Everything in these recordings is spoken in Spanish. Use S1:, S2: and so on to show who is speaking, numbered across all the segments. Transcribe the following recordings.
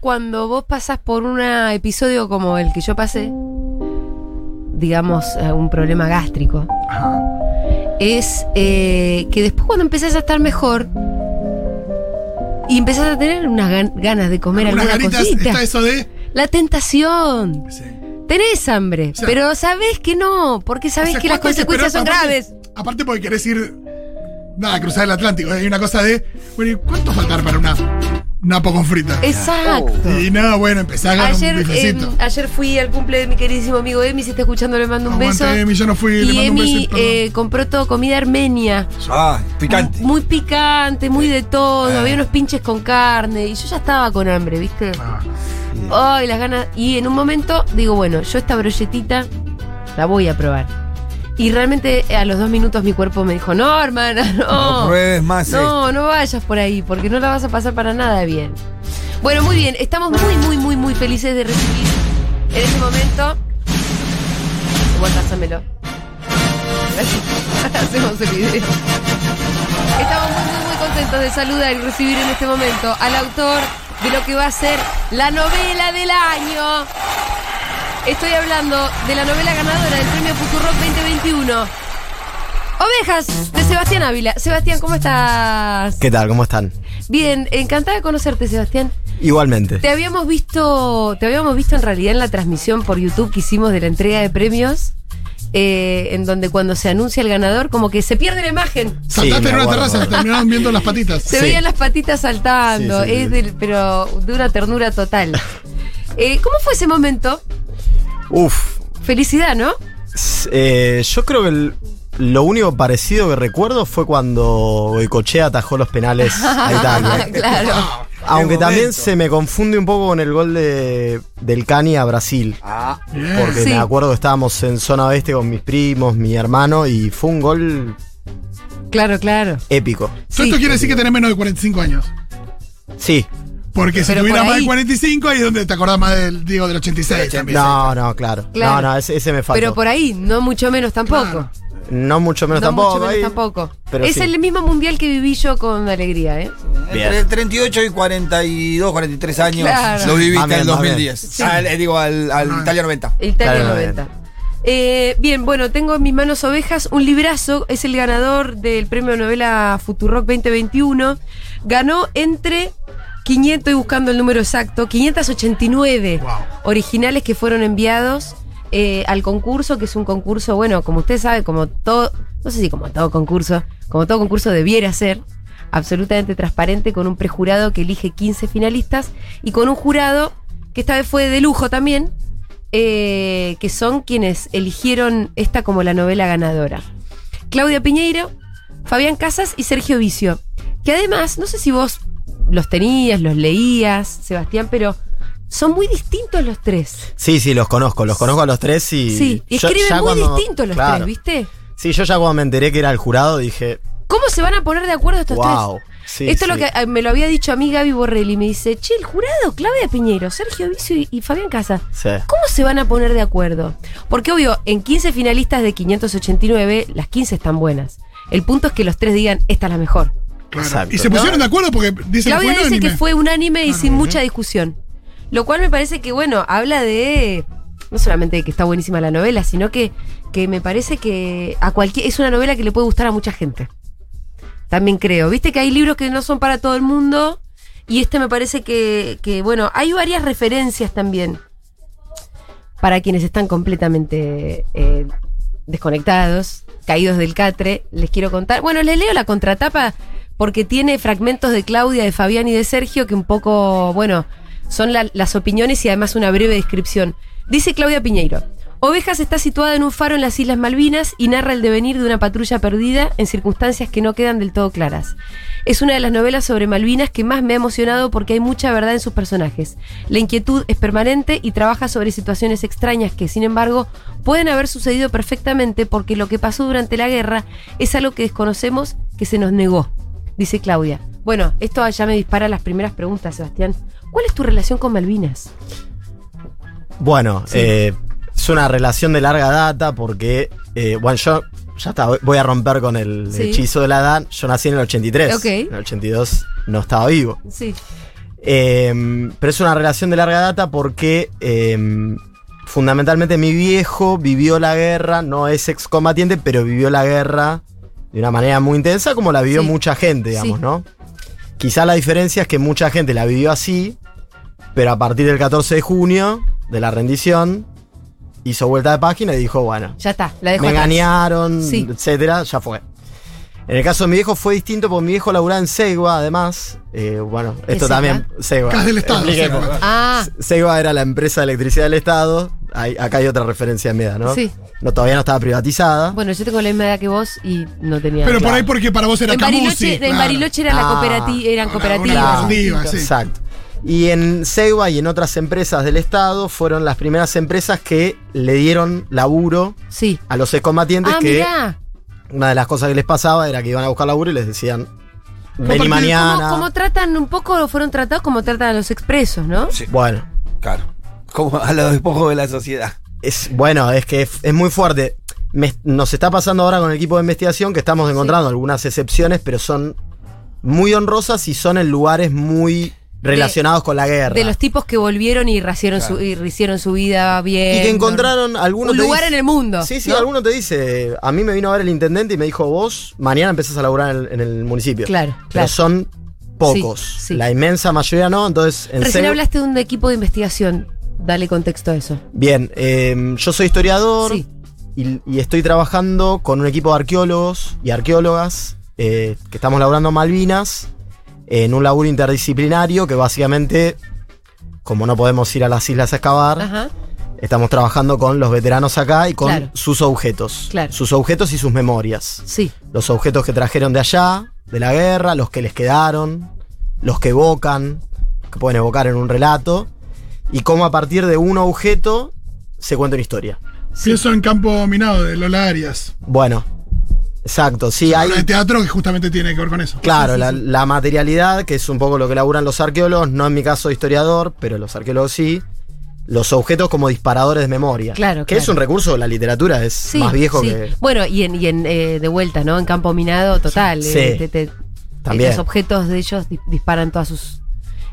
S1: cuando vos pasás por un episodio como el que yo pasé, digamos, eh, un problema gástrico,
S2: Ajá.
S1: es eh, que después cuando empezás a estar mejor y empezás a tener unas gan- ganas de comer
S2: Unas
S1: alguna
S2: ganitas,
S1: cosita,
S2: está eso de.
S1: la tentación.
S2: Sí.
S1: Tenés hambre,
S2: O sea,
S1: pero sabés que no, porque sabés
S2: O sea,
S1: que las
S2: ¿cuánto hay
S1: consecuencias son
S2: esperar? Aparte-
S1: graves.
S2: Aparte porque querés ir. Nada, cruzar el Atlántico. Hay una cosa de. Bueno, ¿y cuánto faltar para una napa con frita?
S1: Exacto.
S2: Y no, bueno, empezá a ganar un
S1: Ayer,
S2: bifecito.
S1: eh, ayer fui al cumple de mi queridísimo amigo Emi, si está escuchando le mando un
S2: Aguante,
S1: beso.
S2: Emi, yo no fui, le
S1: y
S2: mando un beso y
S1: Emi
S2: perdón.
S1: eh, compró todo comida armenia,
S3: Ah, picante.
S1: muy picante, muy de
S2: Eh.
S1: todo, había unos pinches con carne y yo ya estaba con hambre, ¿viste?
S2: Ah,
S1: Ay, las ganas. Y en un momento digo, bueno, yo esta brochetita la voy a probar. Y realmente eh, a los dos minutos mi cuerpo me dijo, no, hermana,
S3: No
S1: no.
S3: pruebes más. eh. esto.
S1: No, no vayas por ahí, porque no la vas a pasar para nada bien. Bueno, muy bien, estamos muy, muy, muy, muy felices de recibir en este momento. Igual pásamelo. Ahora Hacemos el video. Estamos muy, muy, muy contentos de saludar y recibir en este momento al autor de lo que va a ser la novela del año. Estoy hablando de la novela ganadora del premio Futurock 2021. Ovejas de Sebastián Ávila. Sebastián, ¿cómo estás?
S4: ¿Qué tal? ¿Cómo están?
S1: Bien, encantada de conocerte, Sebastián.
S4: Igualmente.
S1: Te habíamos visto, te habíamos visto en realidad en la transmisión por YouTube que hicimos de la entrega de premios, eh, en donde cuando se anuncia el ganador, como que se pierde la imagen.
S2: Saltaste
S4: me
S2: en una
S4: acuerdo.
S2: terraza, terminaron viendo las patitas.
S1: Se
S4: Sí.
S1: veían las patitas saltando,
S4: Sí, sí, sí,
S1: es
S4: sí.
S1: del- pero de una ternura total. Eh, ¿Cómo fue ese momento?
S4: Uf.
S1: Felicidad, ¿no?
S4: S- eh, yo creo que el- lo único parecido que recuerdo fue cuando Goicochea atajó los penales a Italia.
S1: claro.
S4: Aunque
S3: Qué
S4: también
S3: momento.
S4: se me confunde un poco con el gol de, del Cani a Brasil.
S3: Ah,
S2: Bien.
S4: Porque
S1: Sí.
S4: me acuerdo que estábamos en zona oeste con mis primos, mi hermano, y fue un gol
S1: Claro, claro.
S4: épico.
S2: Todo esto quiere decir que tenés menos de 45 años.
S4: Sí.
S2: Porque si
S1: Pero
S2: tuviera
S1: por
S2: más de
S1: ahí-
S2: 45, ahí es donde te acordás más del Diego del 86 también.
S4: No, no, claro.
S1: Claro.
S4: No, no, ese, ese me faltó.
S1: Pero por ahí, no mucho menos tampoco.
S2: Claro.
S4: No mucho menos
S1: No
S4: tampoco.
S1: mucho menos
S4: ahí.
S1: tampoco.
S4: Pero
S1: es
S4: sí.
S1: el mismo mundial que viví yo con alegría, ¿eh?
S4: Bien.
S3: Entre el 38 y 42, 43 años
S1: Claro.
S3: lo
S4: Va
S3: viviste
S4: Ah, bien,
S3: en el
S4: va bien.
S3: 2010. Al- eh, digo, al, al
S2: Ah.
S3: Italia 90.
S1: Italia
S4: Claro,
S1: 90. Eh, bien, bueno, tengo en mis manos ovejas un librazo, es el ganador del premio novela Futurock 2021. Ganó entre 500, y buscando el número exacto, 589
S2: Wow.
S1: originales que fueron enviados eh, al concurso, que es un concurso, bueno, como usted sabe, como todo, no sé si como todo concurso, como todo concurso debiera ser, absolutamente transparente, con un prejurado que elige 15 finalistas y con un jurado que esta vez fue de lujo también, eh, que son quienes eligieron esta como la novela ganadora. Claudia Piñeiro, Fabián Casas y Sergio Vicio. Que además, no sé si vos los tenías, los leías, Sebastián, pero son muy distintos los tres.
S4: Sí, sí, los conozco. Los conozco a los tres y.
S1: Sí, y
S4: yo-
S1: escriben
S4: ya
S1: muy
S4: cuando-
S1: distintos los
S4: claro.
S1: tres, ¿viste?
S4: Sí, yo ya cuando me enteré que era el jurado dije,
S1: ¿Cómo se van a poner de acuerdo estos
S4: wow.
S1: tres?
S4: Sí,
S1: Esto es
S4: sí.
S1: lo que eh, me lo había dicho a mí Gaby Borrelli. Me dice, che, el jurado, Claudia Piñeiro, Sergio Vicio y, y Fabián Casas.
S4: Sí.
S1: ¿Cómo se van a poner de acuerdo? Porque obvio, en 15 finalistas de 589, las 15 están buenas. El punto es que los tres digan, esta es la mejor.
S2: Claro.
S4: Exacto.
S2: Y se pusieron de acuerdo porque dicen
S1: Claudia dice que
S2: unánime.
S1: fue unánime Ah, y
S2: Claro,
S1: sin
S2: ujú.
S1: mucha discusión. Lo cual me parece que, bueno, habla de. No solamente de que está buenísima la novela, sino que, que me parece que a cualquier. Es una novela que le puede gustar a mucha gente. También creo. Viste que hay libros que no son para todo el mundo. Y este me parece que, que bueno, hay varias referencias también. Para quienes están completamente eh, desconectados, caídos del catre, les quiero contar. Bueno, les leo la contratapa porque tiene fragmentos de Claudia, de Fabián y de Sergio que un poco, bueno, son la- las opiniones y además una breve descripción. Dice Claudia Piñeiro. Ovejas está situada en un faro en las Islas Malvinas y narra el devenir de una patrulla perdida en circunstancias que no quedan del todo claras. Es una de las novelas sobre Malvinas que más me ha emocionado porque hay mucha verdad en sus personajes. La inquietud es permanente y trabaja sobre situaciones extrañas que, sin embargo, pueden haber sucedido perfectamente porque lo que pasó durante la guerra es algo que desconocemos que se nos negó, dice Claudia. Bueno, esto ya me dispara las primeras preguntas, Sebastián. ¿Cuál es tu relación con Malvinas?
S4: Bueno, eh, es una relación de larga data porque, eh, bueno, yo ya está, voy- voy a romper con el
S1: Sí.
S4: hechizo de la edad. Yo nací en el 83.
S1: Ok.
S4: En el 82 no estaba vivo.
S1: Sí.
S4: Eh, pero es una relación de larga data porque eh, fundamentalmente mi viejo vivió la guerra, no es excombatiente, pero vivió la guerra de una manera muy intensa como la vivió
S1: Sí.
S4: mucha gente, digamos,
S1: Sí.
S4: ¿no? Quizá la diferencia es que mucha gente la vivió así, pero a partir del 14 de junio de la rendición hizo vuelta de página y dijo, bueno,
S1: Ya está, la dejo
S4: me
S1: atrás.
S4: engañaron,
S1: Sí.
S4: etcétera, ya fue. En el caso de mi viejo fue distinto porque mi viejo laburaba en Segua, además. Eh, bueno,
S1: ¿Qué
S4: esto
S1: Segwa?
S4: también. Segwa.
S2: Cas del Estado.
S4: Expliquemos.
S2: Segwa.
S1: Ah,
S4: Segwa era la empresa de electricidad del Estado. Ahí- acá hay otra referencia mía, ¿no?
S1: Sí.
S4: No, todavía no estaba privatizada.
S1: bueno, yo tengo la misma edad que vos y no tenía.
S2: Pero por
S4: Claro.
S2: ahí porque para vos era
S1: en Bariloche,
S2: Camusi.
S1: en
S2: claro.
S1: Bariloche era la
S4: Ah,
S1: cooperati- eran
S2: una-
S1: cooperativas.
S2: una
S1: distinto.
S2: cooperativa, sí.
S4: Exacto. Y en Segwa y en otras empresas del Estado fueron las primeras empresas que le dieron laburo
S1: Sí.
S4: a los excombatientes
S1: Ah,
S4: que
S1: mirá.
S4: una de las cosas que les pasaba era que iban a buscar laburo y les decían
S2: partir
S4: vení
S2: de-
S4: mañana.
S1: Como, como tratan un poco, fueron tratados como tratan a los expresos, ¿no?
S3: Sí.
S4: Bueno,
S3: Claro. Como a los despojos de la sociedad.
S4: es, bueno, es que es, es muy fuerte. Me- nos está pasando ahora con el equipo de investigación que estamos encontrando algunas excepciones, pero son muy honrosas y son en lugares muy relacionados con la guerra.
S1: De los tipos que volvieron y, racieron
S3: Claro.
S1: su, y hicieron su vida bien.
S4: y que encontraron algunos
S1: un
S4: te
S1: lugar
S4: dice-
S1: en el mundo,
S4: Sí, sí,
S1: ¿no?
S4: alguno te dice. A mí me vino a ver el intendente y me dijo, vos mañana empezás a laburar en el, en el municipio.
S1: Claro,
S4: Pero
S1: claro.
S4: son pocos.
S1: sí.
S4: La inmensa mayoría no. Entonces, en
S1: Recién
S4: serio-
S1: hablaste de un equipo de investigación. Dale contexto a eso.
S4: Bien, eh, yo soy historiador
S1: Sí.
S4: y, y estoy trabajando con un equipo de arqueólogos y arqueólogas eh, que estamos laburando Malvinas en un laburo interdisciplinario que básicamente, como no podemos ir a las islas a excavar,
S1: Ajá.
S4: estamos trabajando con los veteranos acá y con
S1: Claro.
S4: sus objetos.
S1: Claro.
S4: Sus objetos y sus memorias.
S1: Sí.
S4: Los objetos que trajeron de allá, de la guerra, los que les quedaron, los que evocan, que pueden evocar en un relato, y cómo a partir de un objeto se cuenta una historia.
S2: Pienso en Campo Minado de Lola Arias.
S4: Bueno, exacto, sí, hay...
S2: Obra de teatro que justamente tiene que ver con eso.
S4: Claro,
S1: Sí, sí,
S4: la,
S1: sí.
S4: la materialidad, que es un poco lo que laburan los arqueólogos, no en mi caso historiador, pero los arqueólogos sí, los objetos como disparadores de memoria.
S1: Claro,
S4: Que es
S1: claro.
S4: un recurso, la literatura es
S1: Sí,
S4: más viejo
S1: sí.
S4: que...
S1: Bueno, y en, y en, eh, de vuelta, ¿no? En campo minado, total.
S4: Sí.
S1: eh, te- te-
S4: También.
S1: Los objetos de ellos di- disparan todas sus.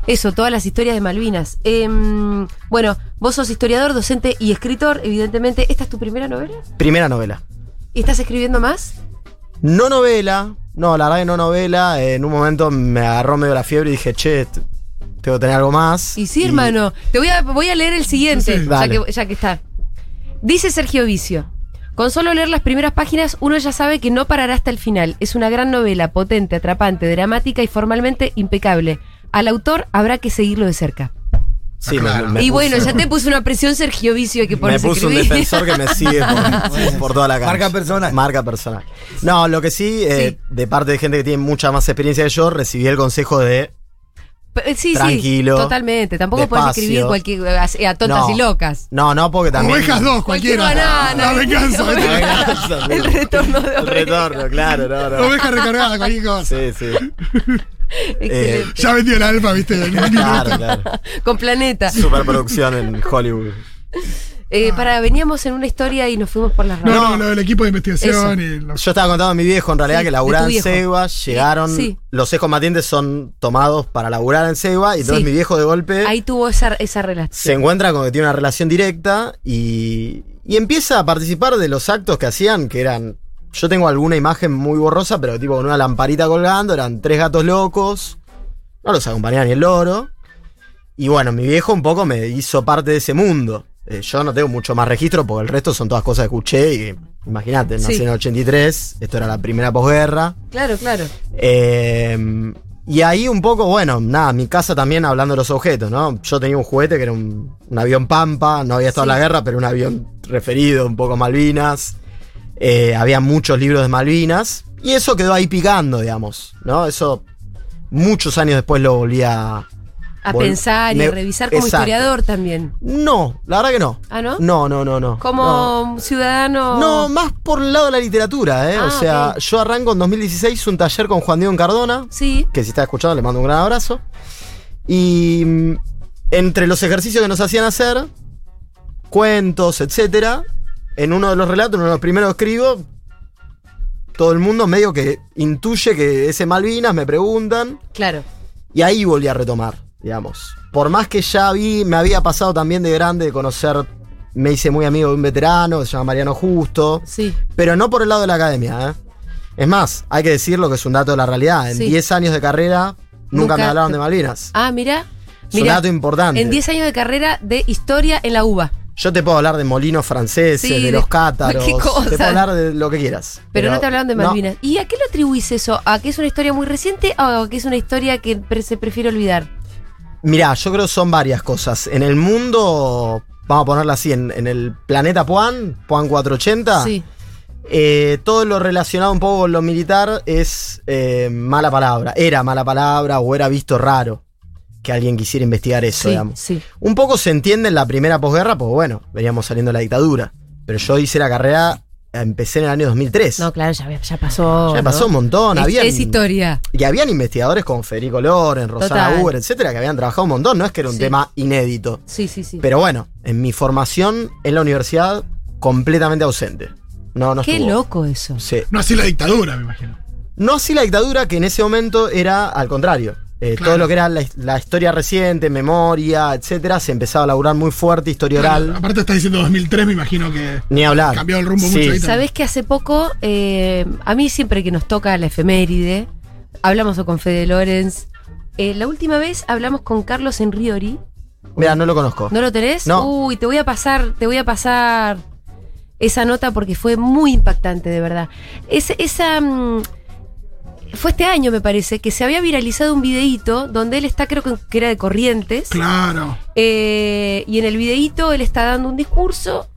S1: Eso, todas las historias de Malvinas. Em, bueno, vos sos historiador, docente y escritor, evidentemente. ¿Esta es tu primera novela?
S4: Primera novela.
S1: ¿Y estás escribiendo más?
S4: No novela, no, la verdad que no novela. eh, En un momento me agarró medio la fiebre y dije, che, t- tengo que tener algo más.
S1: Y sí, hermano. Te voy a, voy a leer el siguiente,
S4: Sí,
S1: ya,
S4: dale.
S1: que, ya que está. Dice Sergio Vicio. Con solo leer las primeras páginas, uno ya sabe que no parará hasta el final. Es una gran novela, potente, atrapante, dramática y formalmente impecable. Al autor habrá que seguirlo de cerca.
S4: Sí,
S2: Ah,
S4: me-
S2: claro.
S4: me
S1: y bueno,
S4: puso-
S1: ya te puse una presión, Sergio Vicio, hay que
S4: Me
S1: ponerse a
S4: puso un
S1: escribir.
S4: defensor que me sigue por, por toda la cancha.
S3: Marca personal.
S4: Marca personal. No, lo que sí, eh,
S1: Sí.
S4: de parte de gente que tiene mucha más experiencia que yo, recibí el consejo de.
S1: Pe- eh, sí,
S4: Tranquilo,
S1: sí, totalmente. Tampoco podés
S4: despacio.
S1: escribir cualquier, a, a tontas
S4: No.
S1: y locas.
S4: No, no, porque también.
S2: Ovejas 2,
S1: Cualquier
S2: cualquiera.
S1: banana,
S2: La venganza.
S1: cualquier
S4: La
S2: ¿viste?
S4: venganza,
S1: El
S4: sí.
S1: retorno de
S4: El retorno, claro, no, no.
S2: Oveja recargada, cualquier cosa.
S4: Sí, sí. Eh,
S1: Excelente.
S2: Ya vendió el alfa, viste.
S4: Claro, claro.
S1: Con Planeta.
S4: Superproducción en Hollywood.
S1: Eh, para, veníamos en una historia y nos fuimos por las ramas.
S2: No, no, lo del equipo de investigación y los-
S4: Yo estaba contando a mi viejo en realidad
S1: Sí,
S4: que
S1: de
S4: laburaban
S1: tu
S4: en
S1: viejo.
S4: Segua, llegaron,
S1: Sí.
S4: los excombatientes son tomados para laburar en Segua y entonces
S1: Sí.
S4: mi viejo de golpe
S1: Ahí tuvo esa, esa relación.
S4: se encuentra con que tiene una relación directa y, y empieza a participar de los actos que hacían, que eran, yo tengo alguna imagen muy borrosa, pero tipo con una lamparita colgando, eran tres gatos locos, no los acompañaba ni el loro. Y bueno, mi viejo un poco me hizo parte de ese mundo. Eh, yo no tengo mucho más registro porque el resto son todas cosas que escuché y imagínate, nací
S1: Sí.
S4: en el 83, esto era la primera posguerra.
S1: Claro, claro.
S4: Eh, y ahí un poco, bueno, nada, mi casa también hablando de los objetos, ¿no? Yo tenía un juguete que era un, un avión Pampa, no había estado en
S1: Sí.
S4: la guerra, pero un avión referido, un poco a Malvinas. Eh, había muchos libros de Malvinas. Y eso quedó ahí picando, digamos, ¿no? Eso muchos años después lo volví a...
S1: A
S4: Vol-
S1: pensar y
S4: me-
S1: a revisar como
S4: Exacto.
S1: historiador también.
S4: No, la verdad que no.
S1: Ah, ¿no?
S4: No, no, no, no. No.
S1: Como ciudadano.
S4: No, más por el lado de la literatura, ¿eh?
S1: Ah,
S4: o sea,
S1: ok.
S4: yo arranco en 2016 un taller con Juan Diego en Cardona,
S1: Sí.
S4: que si está escuchando le mando un gran abrazo. Y mm, entre los ejercicios que nos hacían hacer, cuentos, etcétera, en uno de los relatos, en uno de los primeros que escribo, todo el mundo medio que intuye que ese Malvinas, me preguntan,
S1: Claro.
S4: y ahí volví a retomar. digamos. Por más que ya vi, me había pasado también de grande de conocer, me hice muy amigo de un veterano, que se llama Mariano Justo,
S1: Sí.
S4: pero no por el lado de la academia. ¿eh? Es más, hay que decirlo que es un dato de la realidad. En
S1: Sí.
S4: 10 años de carrera, nunca,
S1: Nunca
S4: me hablaron
S1: te-
S4: de Malvinas.
S1: Ah, mira.
S4: Es un
S1: Mira.
S4: dato importante.
S1: En 10 años de carrera de historia en la UBA.
S4: Yo te puedo hablar de molinos franceses,
S1: Sí,
S4: de
S1: de-
S4: los cátaros,
S1: qué cosa.
S4: te puedo hablar de lo que quieras.
S1: Pero, no te hablaron de
S4: no.
S1: Malvinas. ¿Y a qué lo atribuís eso? ¿A que es una historia muy reciente o a que es una historia que pre- se prefiere olvidar?
S4: Mirá, yo creo que son varias cosas. En el mundo, vamos a ponerlo así, en, en el planeta Puan, Puan 480,
S1: Sí.
S4: eh, todo lo relacionado un poco con lo militar es eh, mala palabra. Era mala palabra o era visto raro que alguien quisiera investigar eso,
S1: Sí,
S4: digamos.
S1: sí.
S4: Un poco se entiende en la primera posguerra, pues bueno, veníamos saliendo de la dictadura. Pero yo hice la carrera, empecé en el año 2003.
S1: No, claro, ya, ya pasó.
S4: ya me
S1: ¿no?
S4: pasó un montón.
S1: Es-
S4: habían-
S1: es, historia.
S4: y habían investigadores como Federico Loren, Rosana
S1: Total.
S4: Uber, etcétera, que habían trabajado un montón. No es que era un
S1: Sí.
S4: tema inédito.
S1: Sí, sí, sí.
S4: Pero bueno, en mi formación en la universidad, completamente ausente. No, no
S1: qué
S4: estuvo.
S1: loco eso.
S4: Sí.
S2: No así la dictadura, me imagino.
S4: No así la dictadura, que en ese momento era al contrario. Eh,
S2: Claro.
S4: Todo lo que era la, la historia reciente, memoria, etcétera, se empezaba a laburar muy fuerte, historia
S2: Claro,
S4: oral.
S2: aparte estás diciendo 2003, me imagino que
S4: Ni hablar.
S2: cambió el rumbo
S4: Sí.
S2: mucho ahí también.
S1: Sabés que hace poco, eh, a mí siempre que nos toca la efeméride, hablamos o con Fede Lorenz. Eh, la última vez hablamos con Carlos Enriori.
S4: Mira, no lo conozco.
S1: ¿No lo tenés?
S4: No.
S1: Uy, te voy a pasar, te voy a pasar esa nota porque fue muy impactante, de verdad. Es- esa. mm, fue este año, me parece, que se había viralizado un videíto donde él está, creo que que era de Corrientes.
S2: Claro.
S1: Eh, y en el videíto él está dando un discurso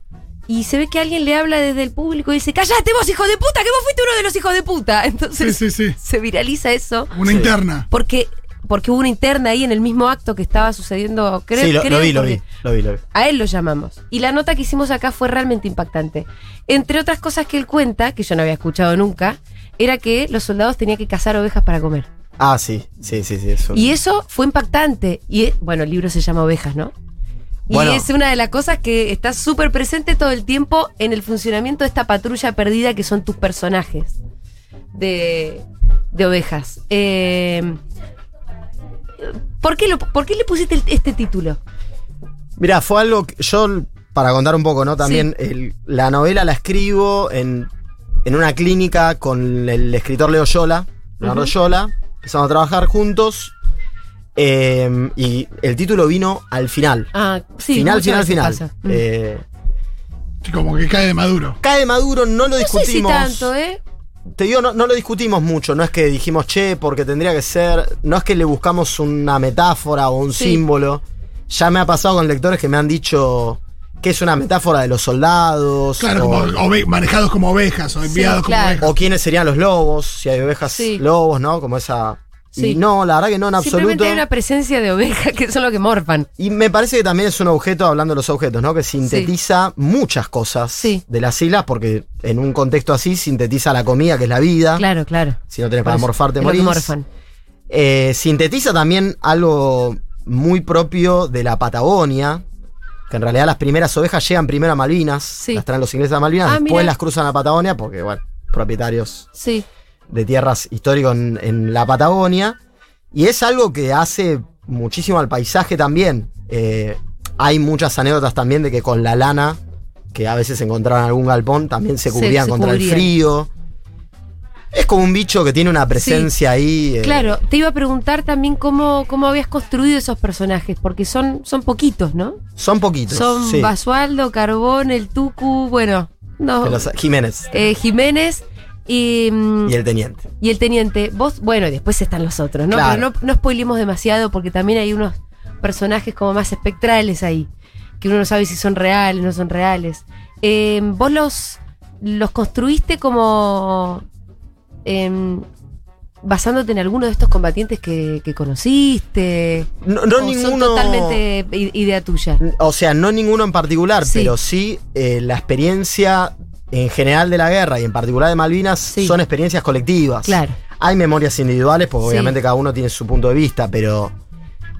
S1: y se ve que alguien le habla desde el público y dice, ¡Cállate vos, hijo de puta! Que vos fuiste uno de los hijos de puta.
S2: Sí,
S1: Entonces
S2: sí, sí.
S1: se viraliza eso
S2: Una
S4: Sí.
S2: interna.
S1: porque, porque hubo una interna ahí en el mismo acto que estaba sucediendo, creo.
S4: sí, lo, lo
S1: creo
S4: vi, lo
S1: porque
S4: vi, lo vi, lo vi.
S1: A él lo llamamos. Y la nota que hicimos acá fue realmente impactante. Entre otras cosas que él cuenta, que yo no había escuchado nunca, era que los soldados tenían que cazar ovejas para comer.
S4: Ah, sí, sí, sí, sí. Eso.
S1: Y eso fue impactante. Y eh, bueno, el libro se llama Ovejas, ¿no? Y
S4: Bueno.
S1: es una de las cosas que está súper presente todo el tiempo en el funcionamiento de esta patrulla perdida que son tus personajes de, de ovejas. Eh, ¿por, qué lo- por qué le pusiste el- este título?
S4: Mira, fue algo que yo, para contar un poco, ¿no? También el- la novela la escribo en, en una clínica con el escritor Leo Yola, Leonardo
S1: Ujú.
S4: Yola. Empezamos a trabajar juntos eh, y el título vino al final.
S1: Ah, sí,
S4: final,
S1: muchas
S4: final,
S1: veces
S4: final.
S1: pasa. Mm.
S4: Eh,
S2: Sí, Como que cae de maduro.
S4: cae Maduro, no lo
S1: no sé si
S4: discutimos.
S1: tanto, ¿eh?
S4: Te digo, no, no lo discutimos mucho, no es que dijimos, che, porque tendría que ser, no es que le buscamos una metáfora o un
S1: Sí.
S4: símbolo. Ya me ha pasado con lectores que me han dicho que es una metáfora de los soldados,
S2: Claro,
S4: o,
S2: como ove- manejados como ovejas o
S1: Sí,
S2: enviados como
S1: claro.
S2: ovejas.
S4: o quiénes serían los lobos, si hay ovejas
S1: Sí.
S4: lobos, ¿no? Como esa... Y
S1: Sí.
S4: no, la verdad que no, en absoluto.
S1: Simplemente hay una presencia de ovejas que son los que morfan.
S4: Y me parece que también es un objeto, hablando de los objetos, ¿no? Que sintetiza muchas cosas
S1: Sí.
S4: de las islas, porque en un contexto así sintetiza la comida, que es la vida.
S1: Claro, claro.
S4: Si no tenés para morfarte,
S1: Es lo que
S4: morís.
S1: morfan.
S4: Eh, sintetiza también algo muy propio de la Patagonia, que en realidad las primeras ovejas llegan primero a Malvinas,
S1: Sí.
S4: las traen los ingleses a Malvinas,
S1: Ah,
S4: después
S1: mirá.
S4: las cruzan a Patagonia, porque, bueno, propietarios
S1: Sí.
S4: de tierras históricos en, en la Patagonia, y es algo que hace muchísimo al paisaje también. Eh, hay muchas anécdotas también de que con la lana, que a veces encontraban en algún galpón, también se
S1: Se-
S4: cubrían
S1: se
S4: contra el
S1: cubrían.
S4: frío. Es como un bicho que tiene una presencia ahí. eh,
S1: Claro, te iba a preguntar también cómo, cómo habías construido esos personajes, porque son, son poquitos, ¿no?
S4: Son poquitos.
S1: Son
S4: sí.
S1: Basualdo, Carbón, el Tucu, bueno, no,
S4: De los- Jiménez
S1: eh, Jiménez y, mm,
S4: y el teniente.
S1: y el Teniente. Vos, bueno, y después están los otros, ¿no?
S4: Claro.
S1: Pero no, no spoilemos demasiado porque también hay unos personajes como más espectrales ahí, que uno no sabe si son reales, no son reales. Eh, vos los, los construiste como... em, basándote en alguno de estos combatientes que, que conociste.
S4: No, no
S1: ¿O Son
S4: ninguno.
S1: totalmente i- idea tuya.
S4: O sea, no ninguno en particular,
S1: Sí.
S4: pero sí eh, la experiencia en general de la guerra y en particular de Malvinas
S1: Sí.
S4: son experiencias colectivas.
S1: Claro.
S4: Hay memorias individuales, porque
S1: Sí.
S4: obviamente cada uno tiene su punto de vista, pero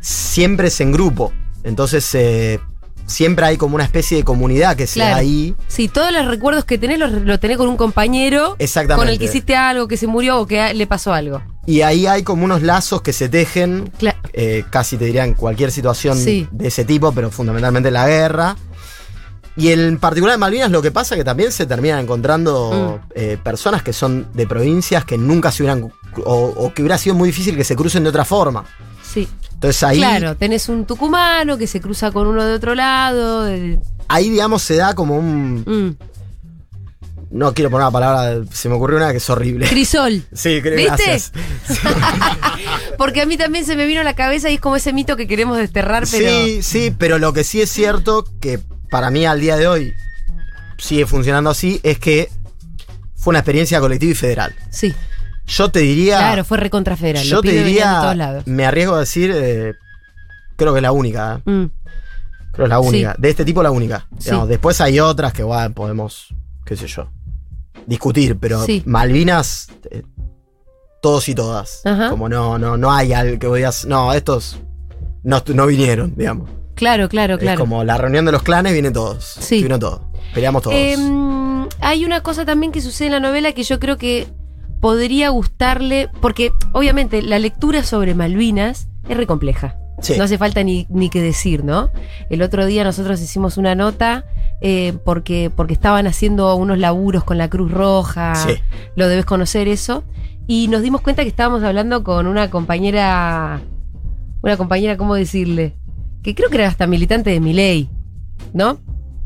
S4: siempre es en grupo. Entonces, eh, siempre hay como una especie de comunidad que se da
S1: Claro.
S4: ahí.
S1: Sí, todos los recuerdos que tenés los, lo tenés con un compañero
S4: Exactamente.
S1: con el que hiciste algo, que se murió o que a- le pasó algo.
S4: Y ahí hay como unos lazos que se tejen,
S1: Cla-
S4: eh, casi te diría en cualquier situación
S1: Sí.
S4: de ese tipo, pero fundamentalmente en la guerra. Y en particular en Malvinas lo que pasa es que también se terminan encontrando
S1: Mm.
S4: eh, personas que son de provincias que nunca se hubieran, o, o que hubiera sido muy difícil que se crucen de otra forma.
S1: Sí.
S4: Entonces ahí
S1: Claro, tenés un tucumano que se cruza con uno de otro lado. el-
S4: ahí digamos se da como un
S1: mm.
S4: no quiero poner la palabra se me ocurrió una que es horrible
S1: Crisol.
S4: sí creo
S1: ¿Viste?
S4: gracias
S1: Porque a mí también se me vino a la cabeza y es como ese mito que queremos desterrar, pero.
S4: sí sí pero lo que sí es cierto que para mí al día de hoy sigue funcionando así es que fue una experiencia colectiva y federal
S1: Sí,
S4: yo te diría
S1: claro, fue recontra federal.
S4: yo
S1: los
S4: te
S1: pibes venían de todos
S4: diría
S1: lados.
S4: me arriesgo a decir eh, creo que es la única eh.
S1: Mm,
S4: creo que es la única de este tipo la única
S1: Sí.
S4: Digamos, después hay otras que bueno, podemos qué sé yo discutir pero
S1: Sí.
S4: Malvinas eh, todos y todas
S1: Ajá.
S4: como no no no hay al que voy a no estos no, estu- no vinieron digamos
S1: Claro, claro,
S4: es
S1: claro.
S4: como la reunión de los clanes vienen todos
S1: Sí.
S4: vino todo peleamos todos
S1: Em, hay una cosa también que sucede en la novela que yo creo que podría gustarle, porque obviamente la lectura sobre Malvinas es re compleja.
S4: Sí.
S1: No hace falta ni, ni que decir, ¿no? El otro día nosotros hicimos una nota eh, porque, porque estaban haciendo unos laburos con la Cruz Roja.
S4: Sí.
S1: Lo debes conocer eso. Y nos dimos cuenta que estábamos hablando con una compañera. Una compañera, ¿cómo decirle? Que creo que era hasta militante de Miley, ¿no?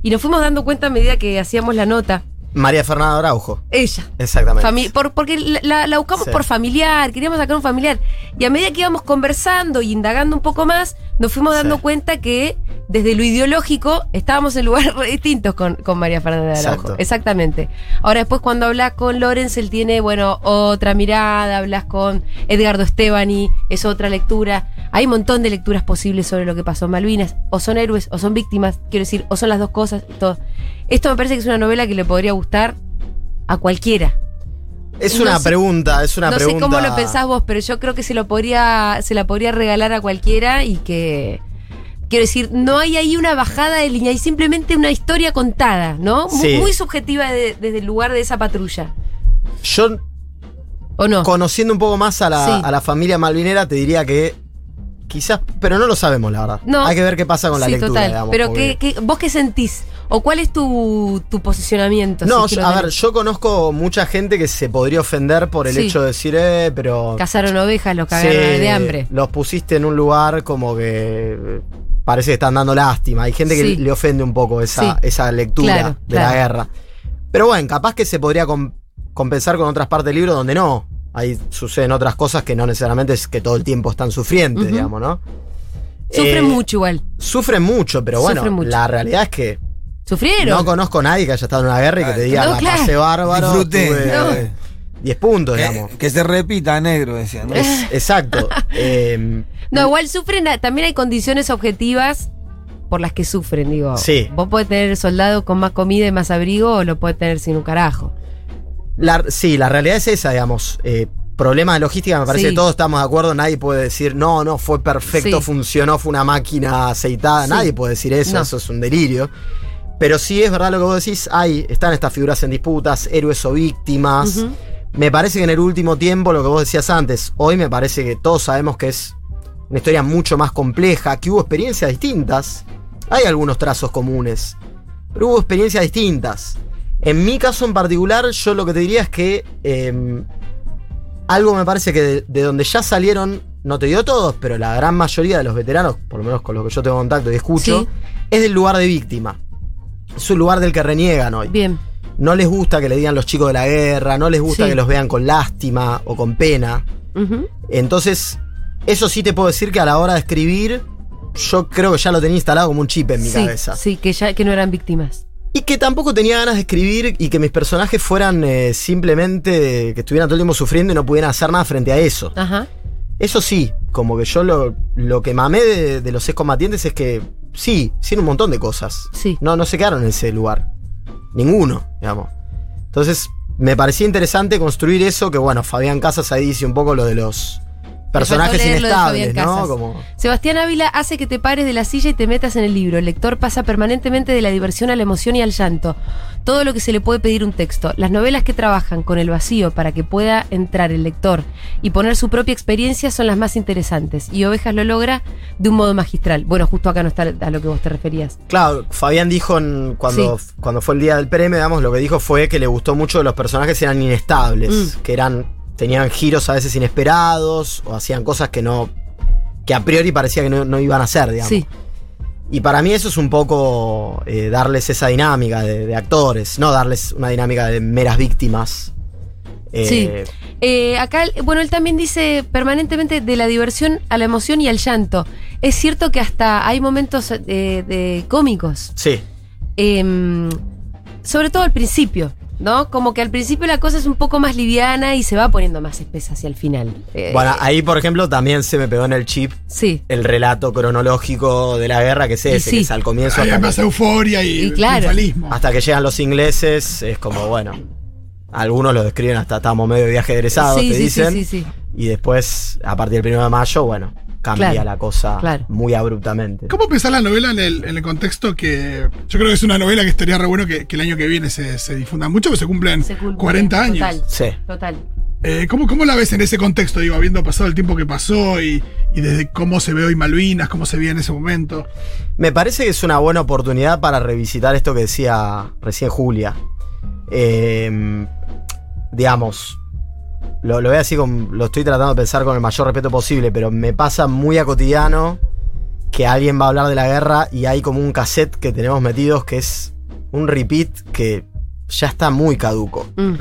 S1: Y nos fuimos dando cuenta a medida que hacíamos la nota.
S4: María Fernanda Araujo
S1: Ella.
S4: exactamente
S1: Fami- por- porque la- la, la buscamos
S4: Sí.
S1: por familiar, queríamos sacar un familiar. Y a medida que íbamos conversando y indagando un poco más, nos fuimos dando
S4: Sí.
S1: cuenta que desde lo ideológico estábamos en lugares re distintos con, con María Fernanda de Araujo.
S4: Exacto.
S1: Exactamente. Ahora después cuando hablas con Lorenz, él tiene, bueno, otra mirada, hablas con Edgardo Estebani, es otra lectura. Hay un montón de lecturas posibles sobre lo que pasó en Malvinas. O son héroes, o son víctimas, quiero decir, o son las dos cosas, todo. Esto me parece que es una novela que le podría gustar a cualquiera.
S4: es
S1: no
S4: una
S1: sé-
S4: pregunta es una
S1: no
S4: pregunta
S1: sé cómo lo pensás vos, pero yo creo que se lo podría, se la podría regalar a cualquiera y que. Quiero decir, no hay ahí una bajada de línea, hay simplemente una historia contada, ¿no? Mu- Muy,
S4: Sí.
S1: subjetiva de- desde el lugar de esa patrulla.
S4: yo
S1: ¿O no?
S4: conociendo un poco más a la,
S1: Sí.
S4: a la familia malvinera, te diría que quizás, pero no lo sabemos, la verdad.
S1: No.
S4: Hay que ver qué pasa con la
S1: sí,
S4: lectura,
S1: total.
S4: digamos,
S1: pero
S4: porque-
S1: ¿qué, qué- vos qué sentís? ¿O cuál es tu, tu posicionamiento?
S4: No,
S1: si es que
S4: yo-
S1: lo
S4: a ver,
S1: tenés?
S4: yo conozco mucha gente que se podría ofender por el
S1: Sí.
S4: hecho de decir, eh, pero...
S1: Cazaron ovejas, los
S4: se-
S1: cagaron de hambre.
S4: Los pusiste en un lugar como que eh, parece que están dando lástima. Hay gente que
S1: Sí.
S4: le ofende un poco esa,
S1: Sí.
S4: esa lectura
S1: Claro,
S4: de la
S1: claro.
S4: guerra. Pero bueno, capaz que se podría com- compensar con otras partes del libro donde no. Ahí suceden otras cosas que no necesariamente es que todo el tiempo están sufrientes,
S1: Ujú.
S4: digamos, ¿no?
S1: Sufren
S4: Eh,
S1: mucho igual.
S4: Sufren mucho, pero bueno,
S1: Sufren mucho.
S4: la realidad es que
S1: ¿Sufrieron?
S4: no conozco a nadie que haya estado en una guerra y que te
S3: Claro.
S4: diga,
S1: No,
S4: la
S1: claro.
S4: pasé bárbaro,
S3: Disfruté.
S4: tuve
S1: No.
S3: Eh,
S4: 10 puntos, digamos.
S3: Que, que se repita, negro, decían. ¿no?
S4: Es- exacto. Eh,
S1: No, igual sufren, también hay condiciones objetivas por las que sufren, digo.
S4: Sí.
S1: Vos podés tener soldado con más comida y más abrigo o lo podés tener sin un carajo.
S4: la- sí, la realidad es esa, digamos. Eh, problemas de logística, me parece
S1: Sí.
S4: que todos estamos de acuerdo. Nadie puede decir, no, no, fue perfecto,
S1: Sí.
S4: funcionó, fue una máquina aceitada.
S1: Sí.
S4: Nadie puede decir eso,
S1: No.
S4: eso es un delirio. Pero sí es verdad lo que vos decís, hay, están estas figuras en disputas, héroes o víctimas.
S1: Ujú.
S4: Me parece que en el último tiempo, lo que vos decías antes, hoy me parece que todos sabemos que es una historia mucho más compleja, que hubo experiencias distintas. Hay algunos trazos comunes, pero hubo experiencias distintas. En mi caso en particular, yo lo que te diría es que eh, algo me parece que de, de donde ya salieron, no te digo todos, pero la gran mayoría de los veteranos, por lo menos con los que yo tengo contacto y escucho,
S1: Sí.
S4: es del lugar de víctima. Es un lugar del que reniegan hoy
S1: Bien,
S4: no les gusta que le digan los chicos de la guerra, no les gusta
S1: Sí.
S4: que los vean con lástima o con pena.
S1: Ujú.
S4: Entonces, eso sí te puedo decir que a la hora de escribir, yo creo que ya lo tenía instalado como un chip en mi
S1: sí,
S4: cabeza.
S1: sí, que ya que no eran víctimas.
S4: Y que tampoco tenía ganas de escribir y que mis personajes fueran eh, simplemente que estuvieran todo el tiempo sufriendo y no pudieran hacer nada frente a eso.
S1: Ajá.
S4: Eso sí, como que yo lo, lo que mamé de, de los excombatientes es que sí, hicieron un montón de cosas.
S1: Sí.
S4: No, no se quedaron en ese lugar. Ninguno, digamos. Entonces, me parecía interesante construir eso, que bueno, Fabián Casas ahí dice un poco lo de los personajes
S1: faltó leer lo de
S4: inestables,
S1: Fabián
S4: ¿no?
S1: Casas.
S4: Como,
S1: Sebastián Ávila hace que te pares de la silla y te metas en el libro. El lector pasa permanentemente de la diversión a la emoción y al llanto. Todo lo que se le puede pedir un texto. Las novelas que trabajan con el vacío para que pueda entrar el lector y poner su propia experiencia son las más interesantes. Y Ovejas lo logra de un modo magistral. Bueno, justo acá no está a lo que vos te referías.
S4: Claro, Fabián dijo en- cuando, cuando fue el día del premio, digamos, lo que dijo fue que le gustó mucho que los personajes eran inestables,
S1: Mm.
S4: que eran tenían giros a veces inesperados o hacían cosas que no que a priori parecía que no, no iban a hacer, digamos.
S1: Sí.
S4: Y para mí eso es un poco eh, darles esa dinámica de, de actores, no darles una dinámica de meras víctimas. Eh,
S1: Sí. Eh, acá, bueno, él también dice permanentemente de la diversión a la emoción y al llanto. Es cierto que hasta hay momentos eh, de cómicos.
S4: sí.
S1: em, sobre todo al principio, ¿no? Como que al principio la cosa es un poco más liviana y se va poniendo más espesa hacia el final. Eh,
S4: Bueno, ahí por ejemplo también se me pegó en el chip
S1: sí.
S4: el relato cronológico de la guerra que es
S1: Y
S4: ese,
S1: sí.
S4: que es al comienzo
S2: Ahí
S4: hasta que-
S2: empieza euforia y,
S1: Y claro.
S2: triunfalismo.
S4: Hasta que llegan los ingleses, es como, bueno, algunos lo describen hasta estamos medio de viaje egresado,
S1: sí,
S4: te
S1: sí,
S4: dicen.
S1: sí, sí, sí.
S4: Y después, a partir del 1 de mayo, bueno, cambia
S1: Claro,
S4: la cosa
S1: claro.
S4: muy abruptamente.
S2: ¿Cómo pensás la novela en el, en el contexto que. Yo creo que es una novela que estaría re bueno que, que el año que viene se, se difunda mucho, que se cumplen
S1: Se cumple,
S2: 40 años.
S1: Total,
S4: Sí.
S1: total.
S2: Eh, ¿cómo, cómo la ves en ese contexto? Digo, habiendo pasado el tiempo que pasó y, y desde cómo se ve hoy Malvinas, cómo se veía en ese momento.
S4: Me parece que es una buena oportunidad para revisitar esto que decía recién Julia. Eh, digamos, lo, lo voy a decir, con- lo estoy tratando de pensar con el mayor respeto posible, pero me pasa muy a cotidiano que alguien va a hablar de la guerra y hay como un cassette que tenemos metidos que es un repeat que ya está muy caduco.
S1: Mm.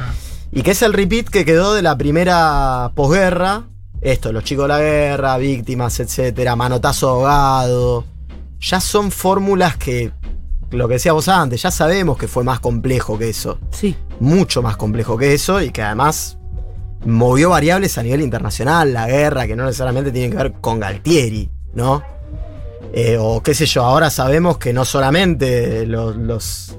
S4: Y que es el repeat que quedó de la primera posguerra. Esto, los chicos de la guerra, víctimas, etcétera, manotazo ahogado. Ya son fórmulas que, lo que decíamos antes, ya sabemos que fue más complejo que eso.
S1: Sí,
S4: Mucho más complejo que eso y que además movió variables a nivel internacional. La guerra, que no necesariamente tiene que ver con Galtieri, ¿no? Eh, o qué sé yo, ahora sabemos que no solamente los, los-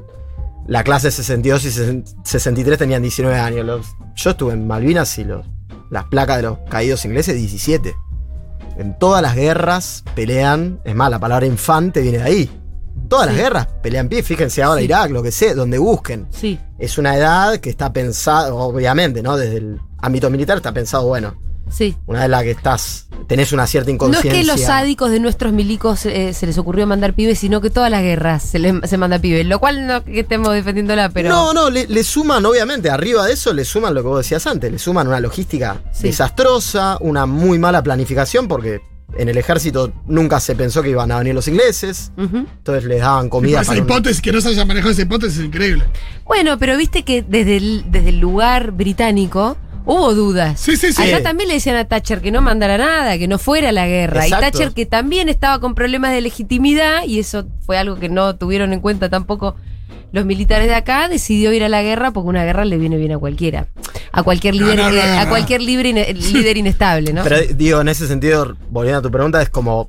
S4: la clase 62 y 60 63 tenían 19 años. Los- yo estuve en Malvinas y los, las placas de los caídos ingleses 17. En todas las guerras pelean, es más, la palabra infante viene de ahí. Todas las guerras pelean pie, fíjense ahora
S1: Sí.
S4: Irak, lo que sé, donde busquen.
S1: sí.
S4: Es una edad que está pensada, obviamente, ¿no? Desde el ámbito militar está pensado, bueno,
S1: Sí.
S4: una edad en la que estás, tenés una cierta
S1: No es
S4: inconsciencia.
S1: que los sádicos de nuestros milicos eh, se les ocurrió mandar pibes, sino que todas las guerras se, le- se manda pibes, lo cual no que estemos defendiéndola, pero...
S4: No, no, le, le suman, obviamente, arriba de eso le suman lo que vos decías antes, le suman una logística
S1: Sí.
S4: desastrosa, una muy mala planificación, porque en el ejército nunca se pensó que iban a venir los ingleses,
S1: Ujú.
S4: entonces les daban comida
S2: esa
S4: para un-
S2: hipótesis, que no se haya manejado esa hipótesis es increíble.
S1: Bueno, pero viste que desde el, desde el lugar británico hubo dudas.
S2: Sí, sí, sí.
S1: Allá también le decían a Thatcher que no mandara nada, que no fuera a la guerra. Y
S4: Exacto.
S1: Thatcher que también estaba con problemas de legitimidad, y eso fue algo que no tuvieron en cuenta tampoco los militares de acá, decidió ir a la guerra porque una guerra le viene bien a cualquiera. A cualquier
S2: No,
S1: líder,
S2: no, no,
S1: eh,
S2: no,
S1: a
S2: no.
S1: cualquier libre ine- líder inestable, ¿no?
S4: Pero digo, en ese sentido, volviendo a tu pregunta, es como.